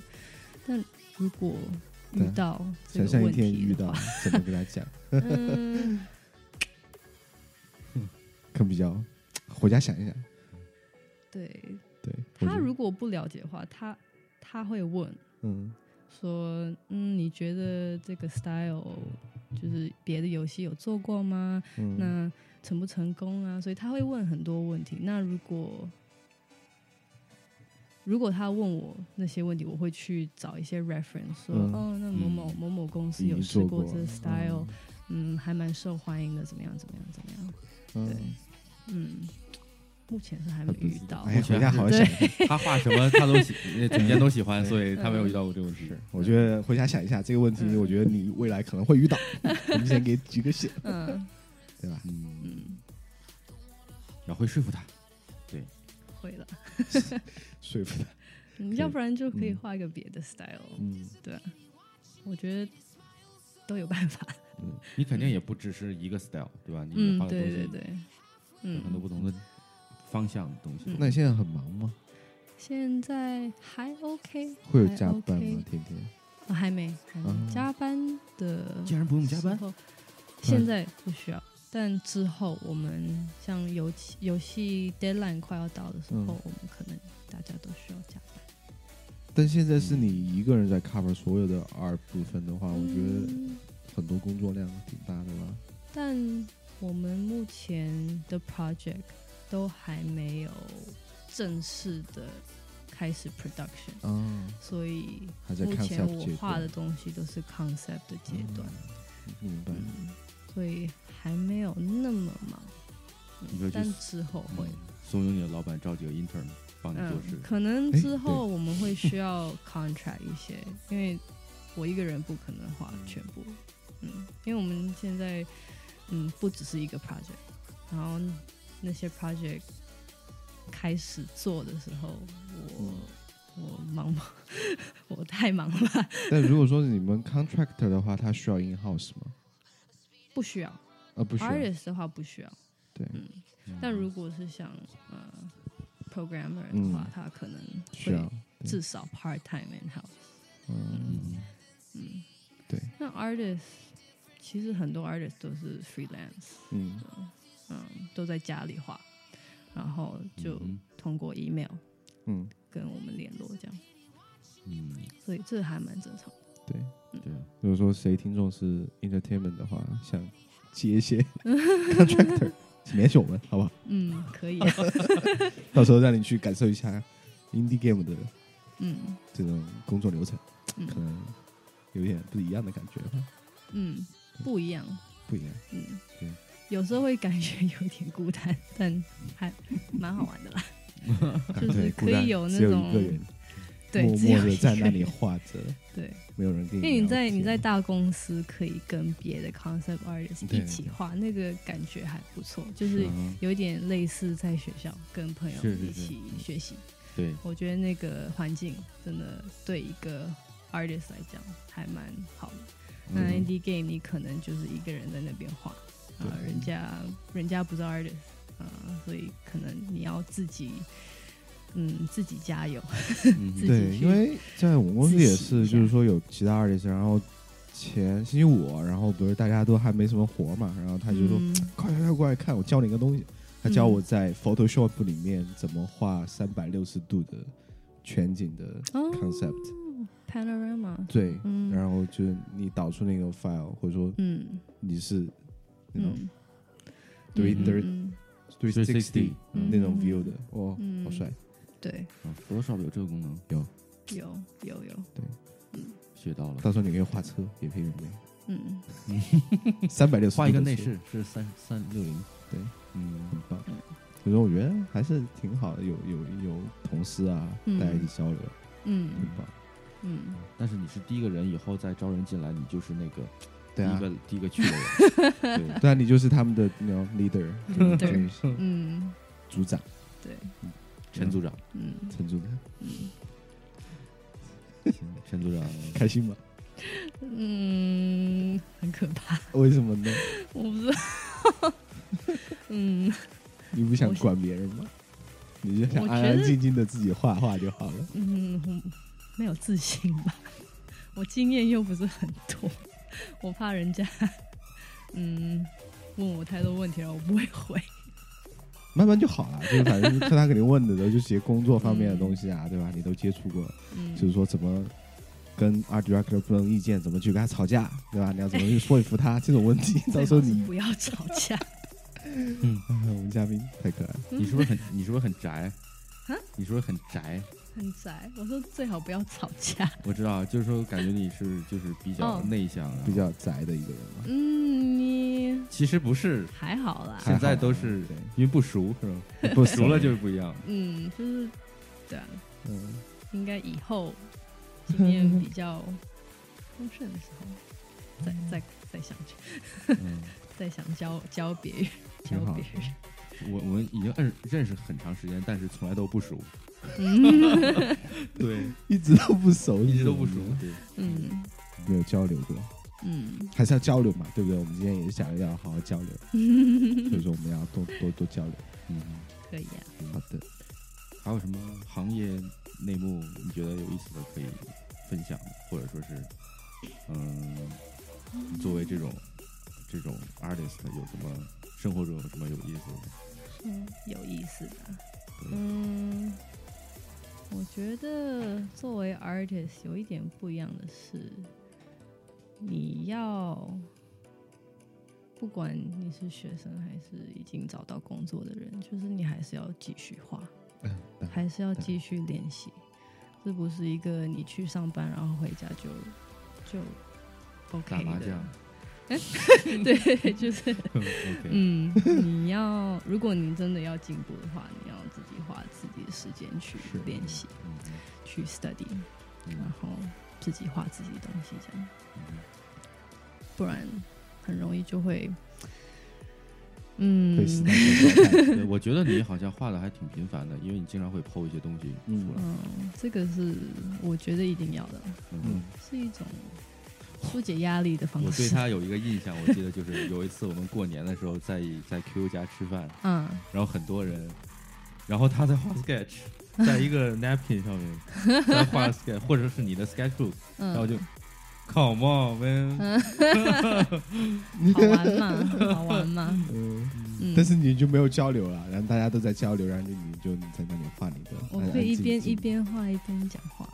Speaker 2: 但如果遇
Speaker 1: 对啊
Speaker 2: 到这
Speaker 1: 想
Speaker 2: 个
Speaker 1: 象一
Speaker 2: 问
Speaker 1: 天
Speaker 2: 题
Speaker 1: 遇
Speaker 2: 的
Speaker 1: 到
Speaker 2: 话，
Speaker 1: 怎么跟他讲，
Speaker 2: 嗯，
Speaker 1: 可能比较回家想一想。
Speaker 2: 对
Speaker 1: 对，我觉
Speaker 2: 他
Speaker 1: 得
Speaker 2: 如果不了解的话，他他会问，
Speaker 1: 嗯
Speaker 2: 说，嗯，你觉得这个 style 就是别的游戏有做过吗？
Speaker 1: 嗯，
Speaker 2: 那成不成功啊？所以他会问很多问题。那如果如果他问我那些问题，我会去找一些 reference，说，
Speaker 1: 嗯
Speaker 2: 哦，那某某
Speaker 3: 嗯
Speaker 2: 某某公司
Speaker 1: 已
Speaker 2: 有
Speaker 1: 经
Speaker 2: 试
Speaker 1: 做
Speaker 2: 过
Speaker 1: 过
Speaker 2: 这个 style，
Speaker 1: 嗯
Speaker 2: 嗯还蛮受欢迎的，怎么样，怎么样，怎么样？
Speaker 1: 嗯
Speaker 2: 对嗯，目前是还没遇到。
Speaker 1: 哎呀，
Speaker 3: 目前
Speaker 1: 回家
Speaker 3: 是
Speaker 1: 好好
Speaker 2: 对
Speaker 1: 想一想。
Speaker 3: 他画什么他都 喜，呃整天都喜欢，
Speaker 1: 对
Speaker 3: 所以他没有遇到过这种事
Speaker 1: 是。，我觉得回家想一下这个问题，
Speaker 2: 嗯
Speaker 1: 我觉得你未来可能会 遇到，我们先给举个线，
Speaker 2: 嗯
Speaker 1: 对吧？
Speaker 3: 嗯，
Speaker 2: 嗯，
Speaker 3: 然后会说服他。
Speaker 2: 会了，
Speaker 1: 说服他，
Speaker 2: 嗯要不然就可以
Speaker 1: 嗯
Speaker 2: 画一个别的 style。
Speaker 1: 嗯，
Speaker 2: 我觉得都有办法。
Speaker 3: 你肯定也不只是一个 style，对吧？ 你
Speaker 2: 嗯
Speaker 3: 画，的东
Speaker 2: 对对
Speaker 3: 西
Speaker 2: 对，
Speaker 3: 有很多
Speaker 2: 嗯，
Speaker 3: 不同的方向的东西
Speaker 2: 嗯。
Speaker 1: 那你现在很忙吗？
Speaker 2: 现在还 OK，
Speaker 1: 会有
Speaker 2: 还
Speaker 1: 加班
Speaker 2: OK
Speaker 1: 吗？天天
Speaker 2: 啊还没，还没、
Speaker 1: 啊
Speaker 2: 加班的
Speaker 3: 竟然不用加班
Speaker 2: 时，候，现在不需要。但之后我们像游戏游戏 deadline 快要到的时候，
Speaker 1: 嗯
Speaker 2: 我们可能大家都需要加班。
Speaker 1: 但现在是你一个人在 cover 所有的 art 部分的啊话，我觉得
Speaker 2: 嗯
Speaker 1: 很多工作量挺大的吧。
Speaker 2: 但我们目前的 project 都还没有正式的开始 production，、
Speaker 1: 啊，
Speaker 2: 所以
Speaker 1: 还在
Speaker 2: 目前
Speaker 1: concept 阶
Speaker 2: 我画的
Speaker 1: 段，
Speaker 2: 东西都是 concept 的阶段，
Speaker 1: 明白？
Speaker 2: 嗯，所以还没有那么忙，
Speaker 3: 你说
Speaker 2: 嗯
Speaker 3: 就
Speaker 2: 但
Speaker 3: 是
Speaker 2: 之后会，
Speaker 3: 怂恿你的老板招几个 intern 帮你做事
Speaker 2: 嗯，。可能
Speaker 1: 哎
Speaker 2: 之后我们会需要 contract 一些，因为我一个人不可能画全部，嗯，因为我们现在嗯不只是一个 project，然后那些 project 开始做的时候，我我忙吗？ 我太忙了吧，
Speaker 1: 但如果说你们 contractor 的话，他需要 in house 吗？
Speaker 2: 不需要。
Speaker 1: 啊，不需要。
Speaker 2: 嗯 artist 的话不需要，
Speaker 1: 对
Speaker 2: 嗯，但如果是像呃 programmer 的话，
Speaker 1: 嗯
Speaker 2: 他可能
Speaker 1: 需
Speaker 2: 会
Speaker 1: 要嗯对
Speaker 2: 至少 part time in house。
Speaker 1: 嗯，
Speaker 2: 嗯，
Speaker 1: 对，
Speaker 2: 那 artist 其实很多 artist 都是 freelance，
Speaker 1: 嗯
Speaker 2: 嗯，都在家里画，然后就
Speaker 3: 嗯
Speaker 2: 通过 email
Speaker 1: 嗯，
Speaker 2: 跟我们联络这样，
Speaker 3: 嗯，
Speaker 2: 所以这还蛮正常的。
Speaker 1: 对。
Speaker 3: 对，
Speaker 2: 嗯
Speaker 1: 如果说谁听众是 entertainment 的话，想接一些 contractor，请联系我们，好不好？
Speaker 2: 嗯，可 以、
Speaker 1: 到时候让你去感受一下 indie game 的
Speaker 2: 嗯
Speaker 1: 这种工作流程，
Speaker 2: 嗯
Speaker 1: 可能有点不一样的感觉吧，
Speaker 2: 嗯，不一样。
Speaker 1: 不一样。
Speaker 2: 嗯
Speaker 1: 对，
Speaker 2: 有时候会感觉有点孤单，但还蛮好玩的啦。就是
Speaker 1: 啊对孤
Speaker 2: 可以
Speaker 1: 单
Speaker 2: 有那
Speaker 1: 只有
Speaker 2: 种
Speaker 1: 一个人
Speaker 2: 对，
Speaker 1: 默
Speaker 2: 只
Speaker 1: 默
Speaker 2: 有
Speaker 1: 的
Speaker 2: 一
Speaker 1: 在
Speaker 2: 个
Speaker 1: 那里
Speaker 2: 人。
Speaker 1: 画着，
Speaker 2: 对，
Speaker 1: 没有人跟
Speaker 2: 因
Speaker 1: 你
Speaker 2: 为你
Speaker 1: 聊
Speaker 2: 在
Speaker 1: 天
Speaker 2: 你在大公司可以跟别的 concept artist
Speaker 1: 对
Speaker 2: 一起画，那个感觉还不错，就是
Speaker 1: 嗯
Speaker 2: 有点类似在学校跟朋友
Speaker 3: 是是
Speaker 2: 一
Speaker 3: 是
Speaker 2: 起
Speaker 1: 嗯
Speaker 2: 学习。
Speaker 3: 对，
Speaker 2: 我觉得那个环境真的对一个 artist 来讲还蛮好的。那
Speaker 1: 嗯
Speaker 2: indie game 你可能就是一个人在那边画，啊、
Speaker 1: 对
Speaker 2: 人家人家不是 artist，啊、所以可能你要自己，嗯，自己加油，
Speaker 3: 嗯
Speaker 2: 自己
Speaker 1: 对，
Speaker 2: 去
Speaker 1: 因为在我们公司也
Speaker 2: 自习一
Speaker 1: 是，
Speaker 2: 下
Speaker 1: 就是说有其他 artist，然后前星期五，然后不是大家都还没什么活嘛，然后他就说、
Speaker 2: 嗯
Speaker 1: 快快快过来看，我教你个东西。他教
Speaker 2: 嗯
Speaker 1: 我在 Photoshop 里面怎么画三百六十度的全景的
Speaker 2: 哦
Speaker 1: concept，、
Speaker 2: panorama，
Speaker 1: 对，
Speaker 2: 嗯
Speaker 1: 然后就是你导出那个 file，或者说
Speaker 2: 嗯
Speaker 1: 你是那种
Speaker 2: 嗯
Speaker 1: three
Speaker 2: 嗯
Speaker 1: three
Speaker 2: 嗯
Speaker 1: three sixty
Speaker 2: 嗯
Speaker 1: 那种 view 的，哇，
Speaker 2: 嗯
Speaker 1: 好帅！
Speaker 2: 对，
Speaker 3: 啊，Photoshop 有这个功能，
Speaker 2: 有有有，
Speaker 3: 学到了。
Speaker 1: 到时候你可以画车，也可以用那
Speaker 2: 嗯
Speaker 1: 个三百六十度
Speaker 3: 画一个
Speaker 1: 的
Speaker 3: 内
Speaker 1: 车
Speaker 3: 饰是三三六零，
Speaker 1: 对，
Speaker 3: 嗯
Speaker 1: 很棒
Speaker 2: 嗯。
Speaker 1: 所以说，我觉得还是挺好的，有有有同事啊，
Speaker 2: 嗯
Speaker 1: 大家一起交流，很
Speaker 2: 嗯
Speaker 1: 棒。
Speaker 2: 嗯，
Speaker 3: 但是你是第一个人，以后再招人进来，你就是那个第
Speaker 1: 对啊
Speaker 3: 一，个第一个去的人。对，
Speaker 1: 对啊，你就是他们的那种 leader，就是
Speaker 2: Leader
Speaker 1: 就是
Speaker 2: 嗯
Speaker 1: 组长，
Speaker 2: 对，
Speaker 3: 陈组长，
Speaker 2: 嗯
Speaker 1: 陈组长，
Speaker 2: 嗯
Speaker 3: 行，陈组长，
Speaker 1: 开心吗？
Speaker 2: 嗯， 很可怕，
Speaker 1: 为什么呢？
Speaker 2: 我不知道，嗯
Speaker 1: 你不想管别人吗？你就想
Speaker 2: 我觉
Speaker 1: 安
Speaker 2: 得
Speaker 1: 安静静的自己画画就好了。
Speaker 2: 嗯，我没有自信吧，我经验又不是很多，我怕人家嗯问我太多问题了，我不会回，
Speaker 1: 慢慢就好了，就是反正看他肯定问的都就是些工作方面的东西啊，对吧？你都接触过，
Speaker 2: 嗯，
Speaker 1: 就是说怎么跟 art director 不同意见，怎么去跟他吵架，对吧？你要怎么去说服 他这种问题，
Speaker 2: 最
Speaker 1: 到
Speaker 2: 好
Speaker 1: 时候
Speaker 2: 是
Speaker 1: 你
Speaker 2: 不要吵架，
Speaker 1: 哎 我们嘉宾太可爱了，
Speaker 3: 你是不是很你是不是很宅
Speaker 2: 啊？
Speaker 3: 你是不是很宅？
Speaker 2: 很宅，我说最好不要吵架，
Speaker 3: 我知道，就是说感觉你是就是比较
Speaker 2: 哦
Speaker 3: 内向啊，
Speaker 1: 比较宅的一个人嘛。
Speaker 2: 嗯，你
Speaker 3: 其实不是，
Speaker 2: 还好啦，
Speaker 1: 还好
Speaker 3: 现在都是
Speaker 1: 对
Speaker 3: 因为不熟是吧？
Speaker 1: 不
Speaker 3: 熟了就是不一样。
Speaker 2: 嗯，就是对啊，
Speaker 1: 嗯，
Speaker 2: 应该以后经验比较丰盛的时候，再再再想去，
Speaker 3: 嗯，
Speaker 2: 再想教教别人，教
Speaker 1: 挺好
Speaker 2: 别人。
Speaker 3: 我我们已经认认识很长时间，但是从来都不熟。
Speaker 2: 嗯
Speaker 3: 对，
Speaker 1: 一直都不熟，
Speaker 3: 一直都不熟。对，
Speaker 2: 嗯
Speaker 1: 没有交流过，
Speaker 2: 嗯
Speaker 1: 还是要交流嘛，对不对？我们今天也是想要好好交 流，所以说我们要多多多交流。
Speaker 3: 嗯，
Speaker 2: 可以啊。
Speaker 1: 好的，
Speaker 3: 还有什么行业内幕你觉得有意思的可以分享，或者说是，嗯，你作为这种这种 artist 有什么生活中有什么有意思的？
Speaker 2: 嗯，有意思的。
Speaker 3: 对
Speaker 2: 嗯，我觉得作为 artist 有一点不一样的是，你要不管你是学生还是已经找到工作的人，就是你还是要继续画，
Speaker 3: 嗯
Speaker 1: 当然
Speaker 2: 还是要
Speaker 1: 当
Speaker 2: 继续练习。这不是一个你去上班然后回家就就 OK
Speaker 3: 打麻
Speaker 2: 的
Speaker 3: 将
Speaker 2: 对，就是
Speaker 3: ，OK，
Speaker 2: 嗯，你要如果你真的要进步的话，你要自己花自己的时间去
Speaker 1: 是
Speaker 2: 练习、
Speaker 3: 嗯
Speaker 2: 去 study，
Speaker 3: 嗯
Speaker 2: 然后自己画自己的东西，这样，
Speaker 3: 嗯
Speaker 2: 不然很容易就会，嗯
Speaker 1: 被时代所淘汰。
Speaker 3: 嗯 对，我觉得你好像画的还挺频繁的，因为你经常会剖一些东西出来。
Speaker 2: 嗯，这个是我觉得一定要的，
Speaker 1: 嗯
Speaker 3: 嗯，，
Speaker 2: 是一种疏解压力的方
Speaker 3: 我对
Speaker 2: 式。
Speaker 3: 他有一个印象，我记得就是有一次我们过年的时候在在 QQ 家吃饭，
Speaker 2: 嗯
Speaker 3: 然后很多人然后他在 画 sketch，在一个 napkin 上面在画 sketch，或者是你的 sketchbook，然后
Speaker 2: 嗯，
Speaker 3: 就 come on man，
Speaker 2: 好玩嘛，好玩嘛，
Speaker 1: 嗯，
Speaker 2: 嗯。
Speaker 1: 但是你就没有交流了，然后大家都在交流，然后你就你在那里画你的，哎
Speaker 2: 我
Speaker 1: 安
Speaker 2: 可
Speaker 1: 嗯安
Speaker 2: 以一
Speaker 1: 静
Speaker 2: 边
Speaker 1: 静嗯
Speaker 2: 一边画一边讲话，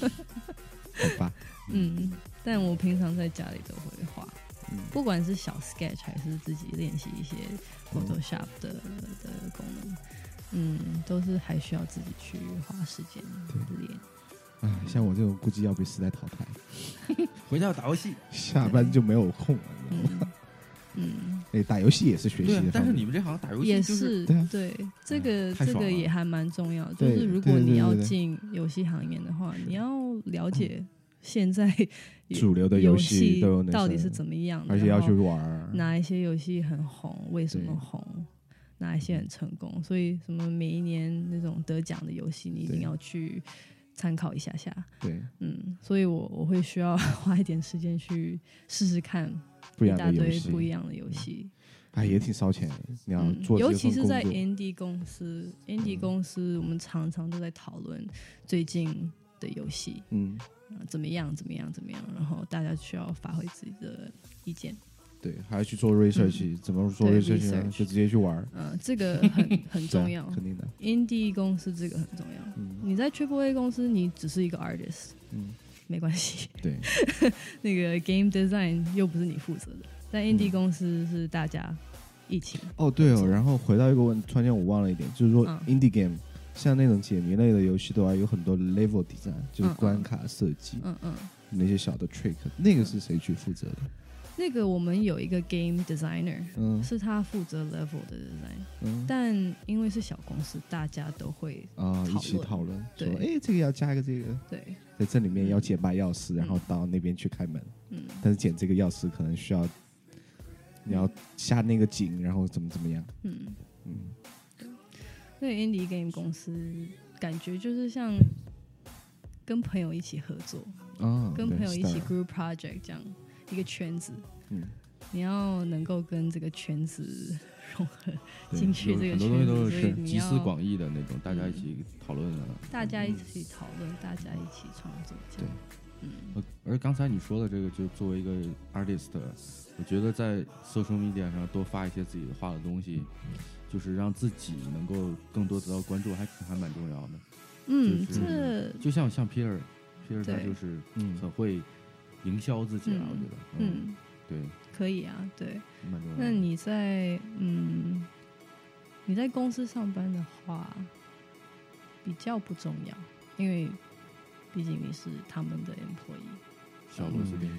Speaker 1: 好吧，
Speaker 2: 嗯，但我平常在家里都会画，
Speaker 1: 嗯
Speaker 2: 不管是小 sketch 还是自己练习一些
Speaker 1: 嗯
Speaker 2: Photoshop 的、的功能，嗯，都是还需要自己去花时间练。
Speaker 1: 啊，像我这种估计要被时代淘汰，
Speaker 3: 回家打游戏。
Speaker 1: 下班就没有空了，你知道吗？
Speaker 2: 嗯嗯，
Speaker 1: 哎，打游戏也是学习
Speaker 3: 对
Speaker 1: 的
Speaker 3: 啊
Speaker 1: 方，
Speaker 3: 但是
Speaker 1: 面
Speaker 3: 你们这行打游戏
Speaker 2: 也
Speaker 3: 就是
Speaker 1: 对啊
Speaker 2: 对这个
Speaker 3: 太
Speaker 2: 这
Speaker 3: 爽
Speaker 2: 个
Speaker 3: 了
Speaker 2: 也还蛮重要。就
Speaker 1: 对
Speaker 2: 是如果
Speaker 1: 对对
Speaker 2: 你要
Speaker 1: 对对嗯
Speaker 2: 进游戏行业的话，你要了解现在
Speaker 1: 主流的
Speaker 2: 游
Speaker 1: 戏都有哪
Speaker 2: 到
Speaker 1: 些
Speaker 2: 底是怎么样的，
Speaker 1: 而且要
Speaker 2: 然
Speaker 1: 去
Speaker 2: 后
Speaker 1: 玩儿，
Speaker 2: 哪一些游戏很红，为什么
Speaker 1: 嗯对
Speaker 2: 红，哪一些很成功，所以什么每一年那种得奖的游戏，你一定
Speaker 1: 对
Speaker 2: 要去参考一下下。
Speaker 1: 对
Speaker 2: 嗯，所以我我会需要花一点时间去试试看
Speaker 1: 不一样
Speaker 2: 大
Speaker 1: 的游
Speaker 2: 堆不一
Speaker 1: 戏，
Speaker 2: 样的游戏。
Speaker 1: 哎，也挺烧钱的，你要
Speaker 2: 嗯，
Speaker 1: 做这
Speaker 2: 尤
Speaker 1: 份
Speaker 2: 其是
Speaker 1: 工
Speaker 2: 在
Speaker 1: 作
Speaker 2: indie 公司，indie
Speaker 1: 嗯
Speaker 2: 公司我们常常都在讨论最近的游戏
Speaker 1: 嗯，
Speaker 2: 啊、怎么样，怎么样，怎么样，然后大家需要发挥自己的意见。
Speaker 1: 对，还要去做 research，怎么做
Speaker 2: 嗯对
Speaker 1: research 呢？
Speaker 2: research
Speaker 1: 就直接去玩儿，
Speaker 2: 嗯、这个很
Speaker 1: 对
Speaker 2: 很
Speaker 1: 啊
Speaker 2: 重要。
Speaker 1: 肯定的，
Speaker 2: indie 公司这个很重要。
Speaker 1: 嗯
Speaker 2: 你在 Triple A 公司，你只是一个 artist，
Speaker 1: 嗯，
Speaker 2: 没关系。
Speaker 1: 对，
Speaker 2: 那个 game design 又不是你负责的，但 indie
Speaker 1: 嗯
Speaker 2: 公司是大家一起。
Speaker 1: 哦对哦，然后回到一个问，突然间我忘了一点，就是说
Speaker 2: 嗯
Speaker 1: indie game，像那种解谜类的游戏的话，有很多 level design，就是
Speaker 2: 嗯嗯
Speaker 1: 关卡设计
Speaker 2: 嗯嗯，
Speaker 1: 那些小的 trick，那个是谁去负责的？
Speaker 2: 那个我们有一个 game designer，
Speaker 1: 嗯
Speaker 2: 是他负责 level 的 design，
Speaker 1: 嗯。
Speaker 2: 但因为是小公司，大家都会
Speaker 1: 啊，一
Speaker 2: 讨
Speaker 1: 起
Speaker 2: 论
Speaker 1: 讨论，说
Speaker 2: 对嗯
Speaker 1: 哎，这个要加一个这个，
Speaker 2: 对，
Speaker 1: 在这里面要捡把钥匙，然后到那边去开门。
Speaker 2: 嗯，
Speaker 1: 但是捡这个钥匙可能需要你要下那个井，然后怎么怎么样。
Speaker 2: 嗯，
Speaker 1: 嗯，
Speaker 2: 那个 indie game 公司感觉就是像跟朋友一起合作，
Speaker 3: 嗯
Speaker 1: 啊，
Speaker 2: 跟
Speaker 1: 对
Speaker 2: 朋友一起
Speaker 1: star
Speaker 2: group project 这样一个圈子，
Speaker 1: 嗯，
Speaker 2: 你要能够跟这个圈子融合
Speaker 1: 对
Speaker 2: 进去
Speaker 3: 有
Speaker 2: 这个
Speaker 3: 很多
Speaker 2: 圈子，
Speaker 3: 东西都
Speaker 2: 所以
Speaker 3: 是
Speaker 2: 你
Speaker 3: 集思
Speaker 2: 要嗯
Speaker 3: 广益的那种，大家一起讨论啊。
Speaker 2: 大家一起讨论，大家一起创作，这样，嗯
Speaker 3: 呃而刚才你说的这个，就作为一个 artist，我觉得在 social media 上多发一些自己画的东西，就是让自己能够更多得到关注，还还蛮重要的。
Speaker 2: 嗯，
Speaker 3: 就是
Speaker 2: 这
Speaker 3: 就像像 Peter，Peter 他
Speaker 2: 对
Speaker 3: 就是
Speaker 1: 嗯
Speaker 3: 很会营销自己啊，
Speaker 2: 嗯
Speaker 3: 我觉得，嗯，
Speaker 2: 嗯
Speaker 3: 对，
Speaker 2: 可以啊，对。
Speaker 3: 蛮重要的。
Speaker 2: 那你在嗯你在公司上班的话，比较不重要，因为毕竟你是他们的 employee。
Speaker 3: 小螺丝钉，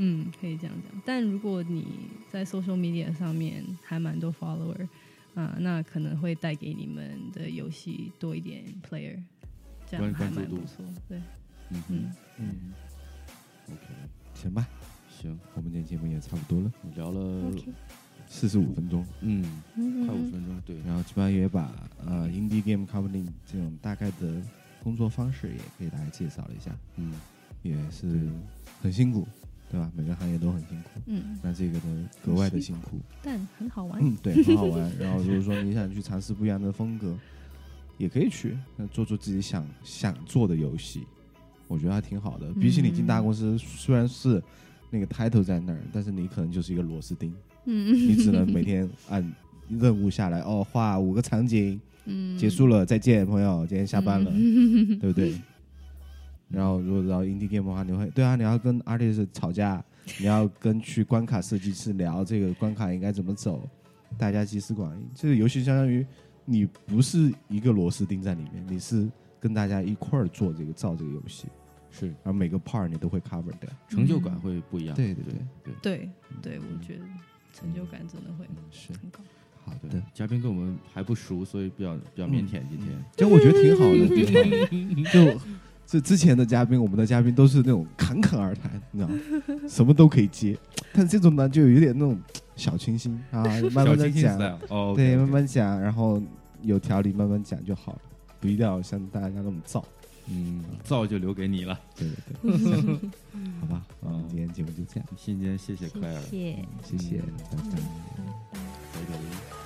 Speaker 2: 嗯，可以这样讲。但如果你在 social media 上面还蛮多 follower，啊、那可能会带给你们的游戏多一点 player，这样
Speaker 3: 关
Speaker 2: 还
Speaker 3: 关注
Speaker 2: 蛮
Speaker 3: 度
Speaker 2: 不错。对，
Speaker 3: 嗯哼
Speaker 2: 嗯，
Speaker 1: 嗯，
Speaker 3: ，OK，
Speaker 1: 行吧，
Speaker 3: 行，
Speaker 1: 我们今天节目也差不多了，
Speaker 3: 你聊了，
Speaker 2: OK
Speaker 1: 四十五分钟，
Speaker 3: 嗯，
Speaker 2: 嗯
Speaker 3: 快五十分钟，对，
Speaker 1: 然后基本上也把呃 indie game company 这种大概的工作方式也给大家介绍了一下，
Speaker 3: 嗯，
Speaker 1: 也是
Speaker 3: 对
Speaker 1: 很辛苦，对吧？每个行业都很辛苦。
Speaker 2: 嗯，
Speaker 1: 那这个呢，格外的辛苦，
Speaker 2: 但很好玩。
Speaker 1: 嗯，对，很好玩。然后如果说你想去尝试不一样的风格，也可以去，那做做自己想想做的游戏，我觉得还挺好的。比起你进大公司，虽然是那个 title 在那儿，但是你可能就是一个螺丝钉，
Speaker 2: 嗯
Speaker 1: 你只能每天按任务下来，哦，画五个场景，
Speaker 2: 嗯，
Speaker 1: 结束了，再见，朋友，今天下班了，对不对？然后如果到 indie game 的话，你会对啊，你要跟 artist 吵架，你要跟去关卡设计师聊这个关卡应该怎么走，大家集思广益。这个游戏相当于你不是一个螺丝钉在里面，你是跟大家一块儿做这个造这个游戏，
Speaker 3: 是
Speaker 1: 而每个 part 你都会 cover 掉。
Speaker 3: 成就
Speaker 2: 嗯
Speaker 3: 感会不一样，
Speaker 1: 对对
Speaker 3: 对
Speaker 1: 对
Speaker 3: 对。
Speaker 2: 对对，我觉得成就感真的会
Speaker 1: 是
Speaker 2: 很高。
Speaker 1: 好
Speaker 3: 对
Speaker 1: 的，，
Speaker 3: 嘉宾跟我们还不熟，所以比较比较腼腆。
Speaker 2: 嗯
Speaker 3: 今天，
Speaker 1: 这样我觉得挺好的，挺好
Speaker 3: 嗯
Speaker 1: 的。就这之前的嘉宾，我们的嘉宾都是那种侃侃而谈，你知道吗，什么都可以接。但这种呢，就有点那种小清新 啊，慢慢的
Speaker 3: 小清新
Speaker 1: 讲，
Speaker 3: style，哦，
Speaker 1: 对，
Speaker 3: OK，OK
Speaker 1: 慢，慢讲，然后有条理慢慢讲就好了，不一定要像大家那么燥。
Speaker 3: 嗯，造就留给你了。
Speaker 1: 对对 对，好吧，我
Speaker 3: 嗯
Speaker 1: 们今天节目就这样，
Speaker 3: 今天谢谢 c l a
Speaker 2: 谢。
Speaker 1: 谢谢大家。
Speaker 3: 拜拜。